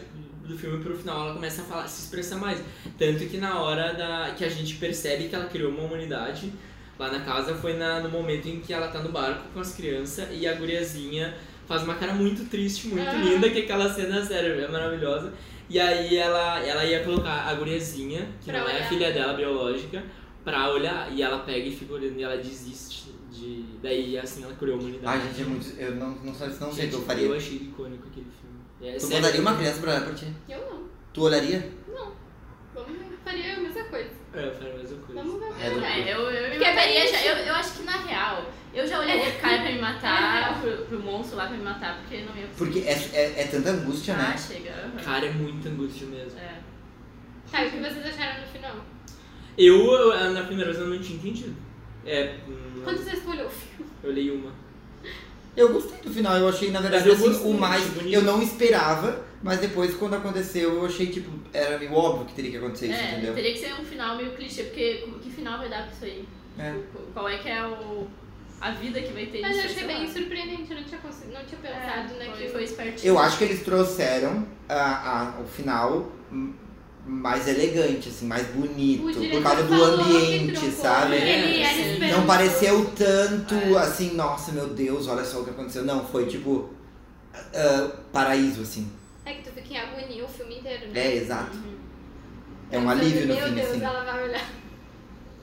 Speaker 1: do filme pro final ela começa a falar, se expressar mais. Tanto que na hora da, que a gente percebe que ela criou uma humanidade lá na casa foi na, no momento em que ela tá no barco com as crianças e a guriazinha faz uma cara muito triste, muito
Speaker 4: Ah.
Speaker 1: linda, que aquela cena, sério, é maravilhosa. E aí ela, ela ia colocar a guriazinha, que
Speaker 4: Pra
Speaker 1: não é a
Speaker 4: olhar.
Speaker 1: filha dela biológica, pra olhar. E ela pega e fica olhando e ela desiste de. Daí assim ela criou a humanidade.
Speaker 2: Ai, gente, é muito. Eu não, não, sei- não sei o que eu
Speaker 1: Gente,
Speaker 2: faria.
Speaker 1: Eu achei icônico aquele filme. É,
Speaker 2: Tu
Speaker 1: sério.
Speaker 2: botaria uma criança pra, pra ti?
Speaker 4: Eu não.
Speaker 2: Tu olharia?
Speaker 4: Vamos ver. Faria a mesma coisa.
Speaker 1: É, eu faria a mesma coisa.
Speaker 4: Vamos ver.
Speaker 2: É do-
Speaker 3: É, eu, eu me
Speaker 4: Porque é
Speaker 3: mataria
Speaker 4: bem
Speaker 3: já. Eu, eu acho que na real, eu já olharia pro cara pra me matar, pro, pro monstro lá pra me matar, porque não ia
Speaker 2: Porque é, é, é tanta angústia,
Speaker 3: Ah,
Speaker 2: né?
Speaker 3: chega. aham.
Speaker 1: Cara, é muito angústia mesmo.
Speaker 3: É.
Speaker 4: Tá, e o que vocês acharam no final?
Speaker 1: Eu, eu, na primeira vez, eu não tinha entendido. É, hum,
Speaker 4: Quando você escolheu o filme?
Speaker 1: eu olhei uma.
Speaker 2: Eu gostei do final, eu achei, na verdade,
Speaker 1: eu
Speaker 2: assim,
Speaker 1: gostei,
Speaker 2: o mais.
Speaker 1: achei bonito.
Speaker 2: Eu não esperava, mas depois, quando aconteceu, eu achei, tipo, era meio óbvio que teria que acontecer isso,
Speaker 3: É,
Speaker 2: entendeu?
Speaker 3: teria que ser um final meio clichê, porque como- que final vai dar pra isso aí?
Speaker 2: É.
Speaker 3: Tipo, Qual é que é o, a vida que vai ter
Speaker 4: Mas eu
Speaker 3: disso,
Speaker 4: achei
Speaker 3: sei
Speaker 4: bem
Speaker 3: lá.
Speaker 4: surpreendente, eu não tinha, consi- não tinha pensado né,
Speaker 3: É, foi,
Speaker 4: naquilo.
Speaker 3: foi espertinho.
Speaker 2: Eu acho que eles trouxeram a, a- o final hum, mais elegante, assim, mais bonito,
Speaker 4: O
Speaker 2: por
Speaker 4: diretor
Speaker 2: causa do
Speaker 4: falou que
Speaker 2: ambiente,
Speaker 4: trocou,
Speaker 2: sabe?
Speaker 1: né?
Speaker 4: Ele era
Speaker 1: É, sim.
Speaker 4: esperançoso.
Speaker 2: Não pareceu tanto
Speaker 3: É.
Speaker 2: assim, nossa, meu Deus, olha só o que aconteceu. Não, foi tipo. ah, paraíso, assim.
Speaker 4: É que tu fica em agonia o filme inteiro, né?
Speaker 2: É, exato.
Speaker 3: Uhum.
Speaker 2: É um alívio no
Speaker 4: Meu
Speaker 2: fim,
Speaker 4: Deus,
Speaker 2: assim.
Speaker 4: ela vai olhar.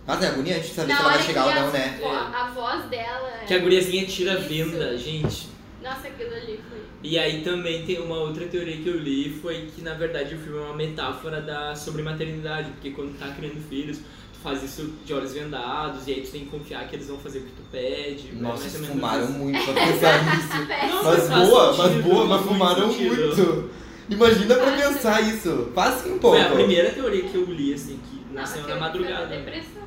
Speaker 2: Nossa, é agoniante saber
Speaker 4: Na
Speaker 2: se ela vai
Speaker 4: hora
Speaker 2: chegar
Speaker 4: que
Speaker 2: ou
Speaker 4: a
Speaker 2: não, né?
Speaker 4: vo- A voz dela.
Speaker 1: Que é- a guriazinha tira a venda,
Speaker 4: É. Isso.
Speaker 1: gente.
Speaker 4: Nossa, aquilo ali foi.
Speaker 1: E aí também tem uma outra teoria que eu li foi que na verdade o filme é uma metáfora da sobre maternidade, porque quando tu tá criando filhos, tu faz isso de olhos vendados e aí tu tem que confiar que eles vão fazer o que tu pede. né? Mais
Speaker 2: Nossa,
Speaker 1: ou
Speaker 2: eles
Speaker 1: menos
Speaker 2: fumaram um
Speaker 1: isso.
Speaker 2: muito pra pensar
Speaker 4: tá
Speaker 2: nisso.
Speaker 1: Não,
Speaker 2: Mas
Speaker 1: faz
Speaker 2: boa,
Speaker 1: sentido,
Speaker 2: mas boa, mas
Speaker 1: muito
Speaker 2: fumaram
Speaker 1: sentido.
Speaker 2: muito. Imagina pra
Speaker 4: Faz.
Speaker 2: pensar isso. Passe um pouco.
Speaker 1: Foi a primeira teoria que eu li, assim, que nasceu
Speaker 4: Nossa,
Speaker 1: na
Speaker 4: eu-
Speaker 1: madrugada.
Speaker 4: Ah, foi uma
Speaker 1: né?
Speaker 4: Depressão.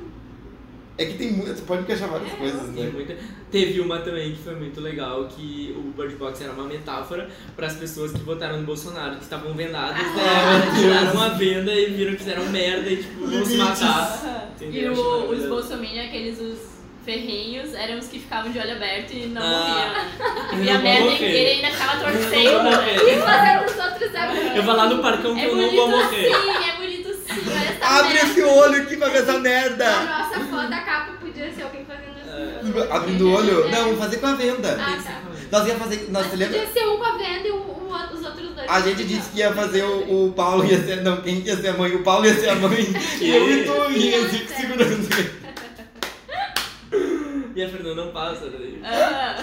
Speaker 2: É que tem muito. Você pode encaixar várias
Speaker 4: É,
Speaker 2: coisas,
Speaker 1: Tem
Speaker 2: né?
Speaker 1: muita- Teve uma também que foi muito legal, que o Bird Box era uma metáfora para as pessoas que votaram no Bolsonaro, que estavam vendadas, né? Agora tiraram a venda e viram que fizeram merda e tipo, vão se matar.
Speaker 3: E
Speaker 1: Entendeu? Achei
Speaker 3: o, os
Speaker 1: maravilhoso.
Speaker 3: bolsominion, aqueles os ferrenhos, eram os que ficavam de olho aberto e não
Speaker 1: Ah,
Speaker 3: morriam. E
Speaker 1: não
Speaker 3: a
Speaker 1: vão
Speaker 3: merda
Speaker 1: morrer.
Speaker 3: inteira ainda ficava torcendo.
Speaker 1: Eu não vou morrer.
Speaker 4: E fazer pros outros abrir.
Speaker 1: Eu vou lá no parcão que
Speaker 3: É
Speaker 1: eu não vou
Speaker 3: bonito
Speaker 1: morrer.
Speaker 3: sim, é bonito sim. Olha essa
Speaker 4: Tá
Speaker 2: Abre
Speaker 3: merda.
Speaker 2: esse olho aqui pra ver essa
Speaker 4: A
Speaker 2: merda!
Speaker 4: nossa foto da capa podia ser alguém fazendo
Speaker 1: É.
Speaker 4: assim. ó.
Speaker 2: Abrindo o olho?
Speaker 4: É.
Speaker 2: Não, vou fazer com a venda.
Speaker 4: Ah, tá.
Speaker 2: Nós ia fazer. Nós se lembra?
Speaker 4: Podia ser um com a venda e o, o outro- os outros dois.
Speaker 2: A gente disse que ia fazer o, o Paulo ia ser. Não, quem ia ser a mãe? O Paulo ia ser a mãe. E eu e tu ia se segurando.
Speaker 1: E a Fernanda não passa. daí.
Speaker 3: Ah,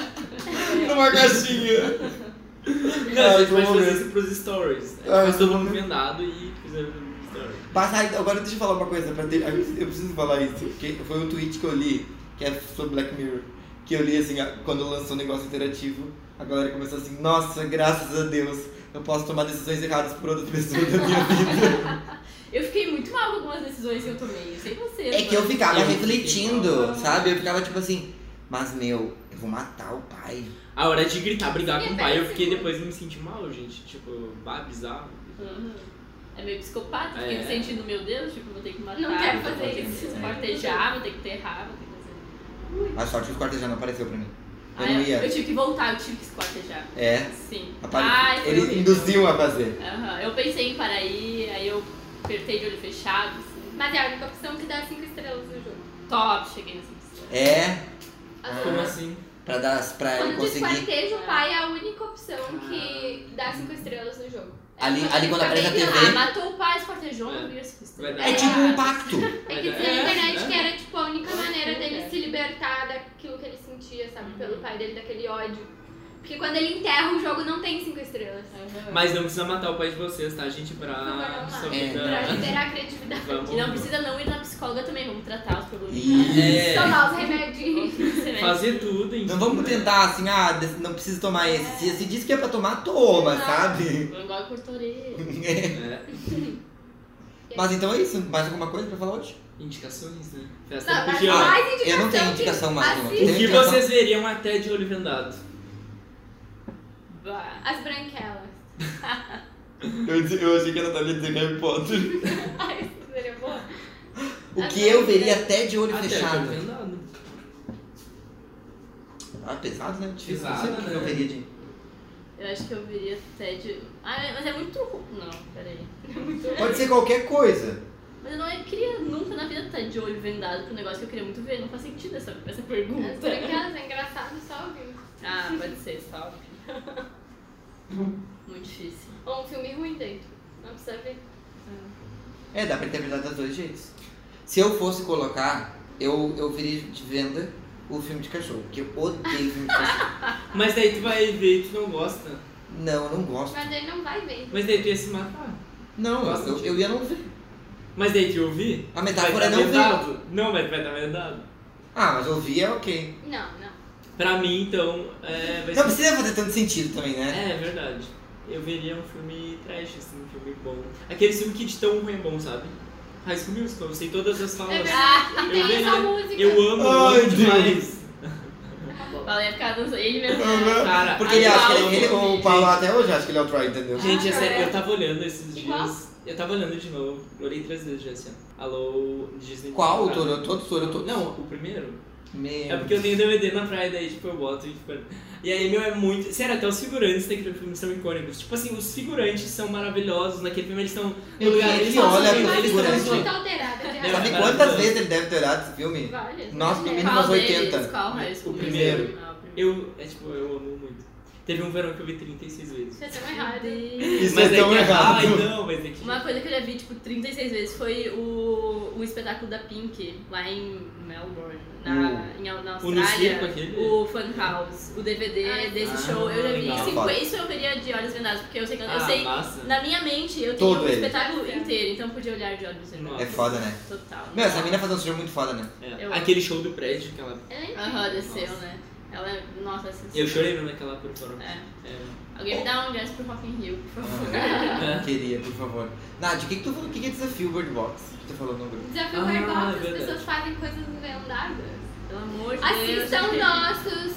Speaker 2: Numa caixinha.
Speaker 1: Não, a gente pode
Speaker 2: foi
Speaker 1: fazer
Speaker 2: um momento.
Speaker 1: isso pros stories. Né?
Speaker 2: Ah,
Speaker 1: Faz
Speaker 2: foi um
Speaker 1: todo mundo
Speaker 2: momento.
Speaker 1: vendado e fizer stories.
Speaker 2: Passa, ai, agora deixa eu falar uma coisa pra ter. Eu preciso falar isso, porque foi um tweet que eu li que é sobre Black Mirror. Que eu li assim, a- quando lançou o negócio interativo, a galera começou assim, nossa, graças a Deus, eu posso tomar decisões erradas por outras pessoas da minha vida.
Speaker 3: Eu fiquei muito mal com algumas decisões que eu tomei. Eu sei você.
Speaker 2: é que eu
Speaker 3: mas-
Speaker 2: ficava
Speaker 1: Eu
Speaker 2: refletindo,
Speaker 3: ficava-
Speaker 2: sabe? Eu ficava tipo assim, mas meu, eu vou matar o pai.
Speaker 1: A hora de gritar, brigar com o
Speaker 4: É
Speaker 1: pai, eu
Speaker 4: péssimo.
Speaker 1: fiquei depois me senti mal, gente. Tipo, bah, bizarro.
Speaker 3: Uhum. É meio psicopata,
Speaker 1: É.
Speaker 3: fiquei me sentindo, meu Deus, tipo, vou ter que matar.
Speaker 4: Não quero
Speaker 3: vou
Speaker 4: fazer
Speaker 3: ter que
Speaker 4: isso.
Speaker 3: Cortejar, vou ter que enterrar, vou ter que fazer.
Speaker 2: A sorte que o corte já não apareceu pra mim. Eu
Speaker 3: Ah,
Speaker 4: é?
Speaker 2: não ia.
Speaker 3: eu tive que voltar, eu tive que esquartejar.
Speaker 2: É.
Speaker 3: Sim.
Speaker 2: Apare...
Speaker 4: Ah,
Speaker 3: Ai,
Speaker 4: é
Speaker 3: foi
Speaker 2: Ele
Speaker 3: horrível.
Speaker 2: induziu a fazer.
Speaker 3: Aham, Eu pensei em parar aí, aí eu apertei de olho fechado. assim.
Speaker 4: Mas é a única opção que dá 5 estrelas no jogo.
Speaker 3: Top, cheguei nessa pessoa.
Speaker 2: É,
Speaker 4: As
Speaker 2: Ah. é,
Speaker 1: Como
Speaker 4: outras-
Speaker 1: assim?
Speaker 2: pra, dar, pra ele
Speaker 4: Quando
Speaker 2: conseguir.
Speaker 4: desquarteja o pai, é a única opção
Speaker 2: Ah.
Speaker 4: que dá 5 estrelas no jogo. É
Speaker 2: Ali- ali quando
Speaker 4: fica
Speaker 2: aparece a
Speaker 4: bem
Speaker 2: TV.
Speaker 3: Ah,
Speaker 4: violado.
Speaker 3: matou o pai, esquartejou,
Speaker 1: É.
Speaker 3: não vi essa pessoa.
Speaker 1: Vai dar.
Speaker 2: É tipo um pacto.
Speaker 4: É que
Speaker 1: É,
Speaker 4: dizia na internet
Speaker 1: é.
Speaker 4: que era tipo a única maneira dele
Speaker 3: É.
Speaker 4: se libertar daquilo que ele sentia,
Speaker 2: Uhum.
Speaker 4: sabe? Pelo pai dele, daquele ódio. Porque quando ele enterra, o jogo não tem 5 estrelas.
Speaker 3: Aham.
Speaker 1: Mas não precisa matar o pai de vocês, tá, gente?
Speaker 4: Por favor,
Speaker 1: Pra.
Speaker 4: não
Speaker 1: sua
Speaker 4: mate.
Speaker 1: vida-
Speaker 2: É,
Speaker 4: Pra liberar a criatividade.
Speaker 1: Vamos.
Speaker 3: E não precisa não ir na psicóloga também, vamos tratar os problemas.
Speaker 1: É.
Speaker 4: Tomar os remedinhos.
Speaker 1: Fazer tudo, então. enfim.
Speaker 2: né? Não vamos tentar assim, ah, des- não preciso tomar esse. Se, se diz que é pra tomar, toma,
Speaker 4: Exato.
Speaker 2: sabe?
Speaker 3: Igual cortorê.
Speaker 1: É,
Speaker 2: Mas então é isso. Mais alguma coisa pra falar hoje?
Speaker 1: indicações, né? Festa
Speaker 4: Não,
Speaker 1: do
Speaker 4: mas
Speaker 1: pijama.
Speaker 4: mais indicação
Speaker 2: Eu não tenho
Speaker 4: que
Speaker 2: indicação mais. não.
Speaker 4: assiste
Speaker 1: O
Speaker 2: Tem
Speaker 1: que
Speaker 2: indicação?
Speaker 1: vocês veriam até de olho vendado?
Speaker 3: Bah.
Speaker 4: As branquelas.
Speaker 2: Eu, disse- eu achei que a Natália dizia Harry Potter.
Speaker 4: Ai, isso seria boa.
Speaker 2: O que eu veria até de olho
Speaker 1: até
Speaker 2: fechado.
Speaker 1: de olho vendado.
Speaker 2: Ah, pesado, né? Difícil.
Speaker 1: Pesado,
Speaker 2: não sei o que eu
Speaker 1: né?
Speaker 2: veria de.
Speaker 3: Eu acho que eu viria Ted. Ah, mas é muito. ru- Não, peraí.
Speaker 2: Pode ser qualquer coisa.
Speaker 3: Mas eu não queria nunca na vida estar de olho vendado pro negócio que eu queria muito ver. Não faz sentido essa, essa
Speaker 4: As
Speaker 3: pergunta.
Speaker 4: branquelas é engraçado só ouvindo.
Speaker 3: Ah, pode ser, stop. muito difícil.
Speaker 4: Ou um filme ruim dentro. Não precisa ver.
Speaker 2: É, dá pra interpretar dos dois jeitos. Se eu fosse colocar, eu, eu veria de venda o filme de cachorro. Porque eu odeio filme de cachorro.
Speaker 1: Mas daí tu vai ver e tu não gosta.
Speaker 2: Não, eu não gosto.
Speaker 4: Mas ele não vai ver.
Speaker 1: Mas daí tu ia se matar.
Speaker 2: Não, eu, eu, eu ia não ver.
Speaker 1: Mas daí tu ouvir?
Speaker 2: A
Speaker 1: Vai
Speaker 2: metáfora é
Speaker 1: estar
Speaker 2: não ver.
Speaker 1: vendado? Não, mas vai estar vendado.
Speaker 2: Ah, mas ouvir é ok.
Speaker 4: Não, não.
Speaker 1: Pra mim, então, é, vai
Speaker 2: Não
Speaker 1: ser...
Speaker 2: precisa fazer tanto sentido também, né?
Speaker 1: É, é verdade. Eu veria um filme trash, assim, um filme bom. Aquele filme que de tão ruim é bom, sabe? High School Musical, eu sei todas as
Speaker 3: Ah,
Speaker 1: falas.
Speaker 4: É verdade. E
Speaker 1: Eu
Speaker 4: tem essa
Speaker 1: veria-
Speaker 4: música.
Speaker 1: eu amo,
Speaker 2: Ai,
Speaker 1: eu amo demais.
Speaker 3: Fala, ia ficar dançando. Ele mesmo.
Speaker 1: Cara,
Speaker 2: Porque ele acha que
Speaker 1: Paulo-
Speaker 2: ele, ele- o Paulo até hoje acha que ele é o Troy, entendeu?
Speaker 1: Gente, é
Speaker 4: Ah,
Speaker 1: sério,
Speaker 4: é.
Speaker 1: eu tava olhando esses dias.
Speaker 4: Igual.
Speaker 1: Eu tava olhando de novo. Olhei três vezes já esse ano. Alô, Disney.
Speaker 2: Qual? O
Speaker 1: Cara.
Speaker 2: Toro, todos, Toro, todos.
Speaker 1: Não, o primeiro.
Speaker 2: Meu.
Speaker 1: É porque eu tenho DVD na praia, daí tipo eu boto e fico. E aí, meu, é muito. Sério, até os figurantes daquele filme são icônicos. Tipo assim, os figurantes são maravilhosos. Naquele filme eles estão
Speaker 2: Eu
Speaker 1: no lugar
Speaker 2: queria
Speaker 1: eles
Speaker 2: que
Speaker 1: tão
Speaker 2: olha
Speaker 1: sorrindo,
Speaker 2: pro
Speaker 1: eles tão
Speaker 2: figurante.
Speaker 1: zoando.
Speaker 4: tá Muito alterada. de
Speaker 1: Eu-
Speaker 2: Sabe
Speaker 1: é
Speaker 2: quantas
Speaker 1: maravilhoso.
Speaker 2: vezes ele deve ter olhado esse filme?
Speaker 4: Várias.
Speaker 2: Nossa, no mínimo
Speaker 3: Qual
Speaker 2: umas
Speaker 3: deles?
Speaker 2: 80.
Speaker 3: Qual
Speaker 1: Né?
Speaker 3: High School
Speaker 1: O
Speaker 3: Musical?
Speaker 1: primeiro.
Speaker 3: Ah, o primeiro.
Speaker 1: Eu. É tipo, eu amo muito. Teve um verão que eu vi 36 vezes.
Speaker 4: Vocês estão
Speaker 3: Meu
Speaker 4: errados.
Speaker 3: Deus.
Speaker 2: Isso
Speaker 1: mas
Speaker 2: é tão
Speaker 1: que...
Speaker 2: errado.
Speaker 1: Ai, não, mas é que.
Speaker 3: Uma coisa que eu já vi, tipo, 36 vezes foi o, o espetáculo da Pink, lá em Melbourne, na, em, Au- na
Speaker 1: Hum. O no circo
Speaker 3: Austrália.
Speaker 1: aquele?
Speaker 3: O Fun House, o DVD
Speaker 4: Ah,
Speaker 3: desse
Speaker 1: ah,
Speaker 3: show, eu já vi.
Speaker 1: legal.
Speaker 3: 50, isso eu veria de olhos vendados, porque eu sei que eu
Speaker 1: Ah,
Speaker 3: sei.
Speaker 1: massa.
Speaker 3: Na minha mente, eu tenho
Speaker 2: Todo
Speaker 3: o
Speaker 2: ele.
Speaker 3: espetáculo inteiro, então eu podia olhar de olhos vendados.
Speaker 2: É foda, né?
Speaker 3: Total.
Speaker 2: Meu, essa menina faz um filme muito foda, né?
Speaker 1: É,
Speaker 3: Eu amo.
Speaker 1: Aquele show do prédio que ela.
Speaker 4: Ela é incrível.
Speaker 3: Aham, desceu,
Speaker 1: Nossa.
Speaker 3: né? Ela é. Nossa, assim.
Speaker 1: Eu chorei mesmo naquela performance.
Speaker 3: É.
Speaker 1: É.
Speaker 3: Alguém me dá um jazz pro Rock in Rio, por favor.
Speaker 2: Ah, Queria, por favor. Nádia, o que, que tu falou? O que, que é desafio Bird Box? Que tu falou no grupo.
Speaker 4: Desafio
Speaker 1: Ah,
Speaker 4: Bird Box,
Speaker 1: é
Speaker 4: as
Speaker 1: verdade.
Speaker 4: pessoas fazem coisas vendadas.
Speaker 3: Pelo amor de Deus.
Speaker 4: Assistam
Speaker 3: gente.
Speaker 4: nossos.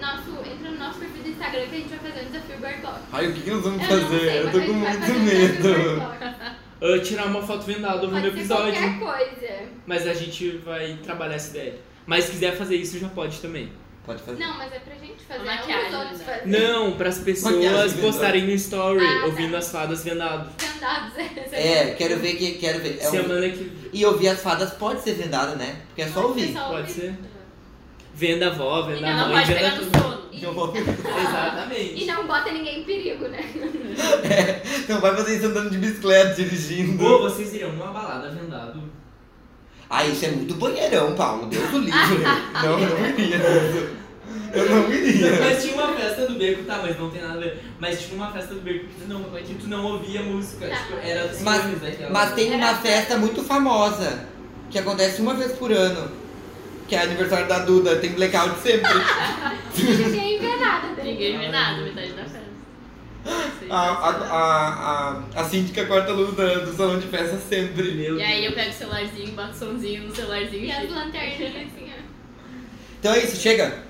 Speaker 4: Nosso, entra no nosso perfil do Instagram que a gente vai fazer um desafio Bird Box.
Speaker 2: Ai, o que, que nós
Speaker 4: Eu
Speaker 2: vamos
Speaker 4: não sei,
Speaker 2: fazer? Eu
Speaker 4: mas
Speaker 2: tô
Speaker 4: a
Speaker 2: com
Speaker 4: gente vai
Speaker 2: muito
Speaker 4: fazer um desafio Bird
Speaker 2: medo.
Speaker 4: Box.
Speaker 1: Ah, tirar uma foto vendada no
Speaker 4: Pode ser
Speaker 1: episódio.
Speaker 4: qualquer coisa.
Speaker 1: Mas a gente vai trabalhar essa ideia. Mas se quiser fazer isso, já pode também.
Speaker 2: Pode fazer.
Speaker 4: Não, mas é pra gente fazer.
Speaker 3: Uma
Speaker 4: Não
Speaker 3: maquiagem,
Speaker 4: os outros
Speaker 3: né?
Speaker 4: fazerem.
Speaker 1: Não, para as pessoas
Speaker 2: Maquiagem
Speaker 1: postarem no story
Speaker 4: Ah, tá.
Speaker 1: ouvindo as fadas vendado.
Speaker 4: Vendados.
Speaker 2: É, quero ver que quero ver. É um-
Speaker 1: Semana que
Speaker 2: E ouvir as fadas pode ser vendado, né? Porque é só ouvir.
Speaker 1: pode ser. venda a avó, venda a
Speaker 3: Ela
Speaker 1: mãe,
Speaker 3: pode
Speaker 1: venda
Speaker 3: pegar no
Speaker 1: tudo.
Speaker 3: sono.
Speaker 4: E,
Speaker 2: Não Então vou-
Speaker 4: e
Speaker 1: Exatamente.
Speaker 4: não bota ninguém em perigo, né?
Speaker 2: Não Então vai fazer isso andando de bicicleta, dirigindo.
Speaker 1: Ou vocês iriam numa balada vendado.
Speaker 2: Ah, isso é muito banheirão, Paulo. Deus o livre. não, eu não iria. nisso. Eu não iria.
Speaker 1: Mas tinha uma festa do beco, tá, mas não tem nada a ver. Mas tinha uma festa do beco que tu não, que tu não ouvia
Speaker 4: Tá.
Speaker 1: música. Tipo, era dos
Speaker 2: Mas-
Speaker 1: filmes daquela.
Speaker 2: Mas tem uma festa muito famosa que acontece uma vez por ano. que é aniversário da Duda, tem blackout sempre.
Speaker 4: Ninguém é tá vê nada dele.
Speaker 3: Ninguém vê nada, metade da festa. Sim,
Speaker 2: A, a, a, a, a síndica corta a luz da- do salão de festa sempre.
Speaker 1: Meu
Speaker 3: E aí eu
Speaker 1: Deus.
Speaker 3: pego o celularzinho, boto o somzinho no celularzinho
Speaker 4: E as
Speaker 3: e
Speaker 4: lanterninhas assim, ó.
Speaker 2: Então é isso, chega.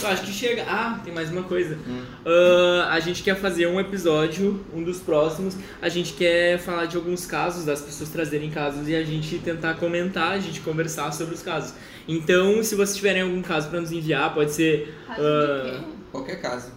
Speaker 1: Eu acho que chega. Ah, tem mais uma coisa.
Speaker 2: Hum.
Speaker 1: Ah, a gente quer fazer um episódio, um dos próximos. A gente quer falar de alguns casos, das pessoas trazerem casos e a gente tentar comentar, a gente conversar sobre os casos. Então, se vocês tiverem algum caso pra nos enviar, pode ser.
Speaker 4: Raso de quê?
Speaker 2: Qualquer caso.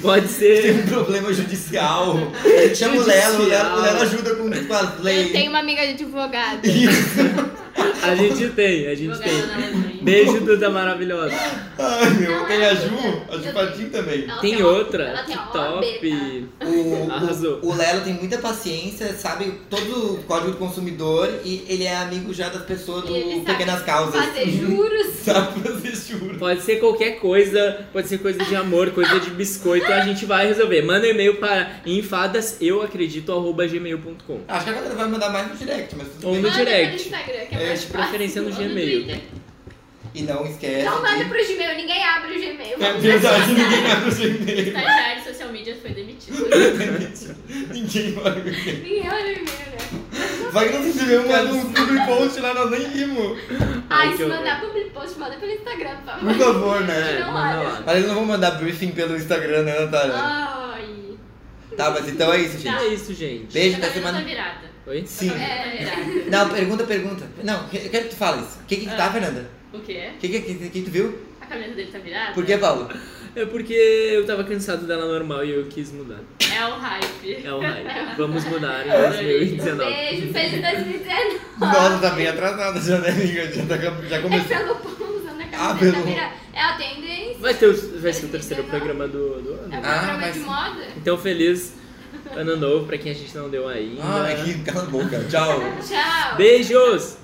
Speaker 1: Pode ser.
Speaker 2: Tem um problema judicial. A gente chama o Lelo, o Lelo, o Lelo ajuda com, com as leis.
Speaker 5: Eu tenho uma amiga de advogada.
Speaker 2: Isso.
Speaker 1: A gente tem, a gente tem.
Speaker 4: né?
Speaker 3: advogada na Alemanha.
Speaker 1: Beijo, Duda maravilhosa.
Speaker 2: Ai, meu,
Speaker 4: Não,
Speaker 2: tem a
Speaker 4: eu
Speaker 2: Ju, a
Speaker 4: tenho.
Speaker 2: Ju Patim também.
Speaker 4: Ela
Speaker 1: Tem
Speaker 4: uma-
Speaker 1: outra,
Speaker 4: Ela
Speaker 1: que
Speaker 4: tem a OAB, tá?
Speaker 1: top.
Speaker 2: O,
Speaker 1: Arrasou.
Speaker 2: o, o Lelo tem muita paciência, sabe todo o código do consumidor e ele é amigo já das pessoas
Speaker 4: E ele
Speaker 2: do
Speaker 4: sabe
Speaker 2: Pequenas Causas.
Speaker 4: tá? Fazer juros.
Speaker 2: Sabe fazer juro.
Speaker 1: Pode ser qualquer coisa, pode ser coisa de amor, coisa de biscoito, a gente vai resolver. Manda um e-mail para enfadaseuacredito.gmail.com.
Speaker 2: Acho que a galera vai mandar mais no direct, mas tudo
Speaker 1: Ou
Speaker 2: bem.
Speaker 1: no
Speaker 4: Manda
Speaker 1: direct.
Speaker 4: pelo Instagram, que é
Speaker 2: É,
Speaker 4: mais
Speaker 1: de
Speaker 4: fácil.
Speaker 1: preferência no
Speaker 4: Ou
Speaker 3: Assim,
Speaker 1: Gmail.
Speaker 4: Twitter.
Speaker 2: E não esquece.
Speaker 4: Não
Speaker 2: de-
Speaker 4: manda pro Gmail, ninguém abre o Gmail.
Speaker 2: É verdade, ninguém abre o Gmail.
Speaker 3: Estagiário Tá de social media foi demitido.
Speaker 2: Ninguém abre o Gmail.
Speaker 4: Ninguém abre o Gmail, né?
Speaker 2: Vai que nós recebemos mais um public post lá, nós nem vimos.
Speaker 1: Ai,
Speaker 4: Ai,
Speaker 1: que
Speaker 4: se
Speaker 1: horror.
Speaker 4: mandar public post, manda pelo Instagram, por favor.
Speaker 2: Por favor, né?
Speaker 1: É,
Speaker 4: Não
Speaker 1: manda
Speaker 4: olha.
Speaker 1: lá.
Speaker 2: Mas eles não vão mandar briefing pelo Instagram, né, Natália?
Speaker 4: Ai.
Speaker 2: Tá, mas então é isso, gente.
Speaker 1: É isso, gente.
Speaker 2: Beijo, até
Speaker 3: Tá fazendo a
Speaker 2: semana.
Speaker 3: virada.
Speaker 1: Oi?
Speaker 2: Sim.
Speaker 3: É, virada.
Speaker 2: Não, pergunta, pergunta. Não, eu quero que tu fale isso. O que que tu tá, Fernanda?
Speaker 3: O que é?
Speaker 2: O que que, que, que tu viu?
Speaker 3: A camisa dele tá virada?
Speaker 2: Por que, Paulo?
Speaker 1: É porque eu tava cansado dela normal e eu quis mudar.
Speaker 3: É o hype.
Speaker 1: É o hype. Vamos mudar em 2019.
Speaker 4: Beijo, feliz 2019.
Speaker 2: Nossa, tá bem atrasada já, né, amiga? Já, tá, já
Speaker 4: É
Speaker 2: começou.
Speaker 4: pelo pão usando a
Speaker 2: Ah,
Speaker 4: camiseta
Speaker 2: pelo-
Speaker 4: vira. É a tendência.
Speaker 1: Vai, ter, o- vai ser o terceiro programa do, do
Speaker 4: É
Speaker 1: ano.
Speaker 4: um
Speaker 2: Ah,
Speaker 4: programa
Speaker 2: mas-
Speaker 4: de moda.
Speaker 1: Então, feliz
Speaker 2: Ah, é
Speaker 1: ano novo pra quem a gente não deu ainda.
Speaker 2: Ai, que cala a boca. Tchau.
Speaker 4: Tchau.
Speaker 1: Beijos!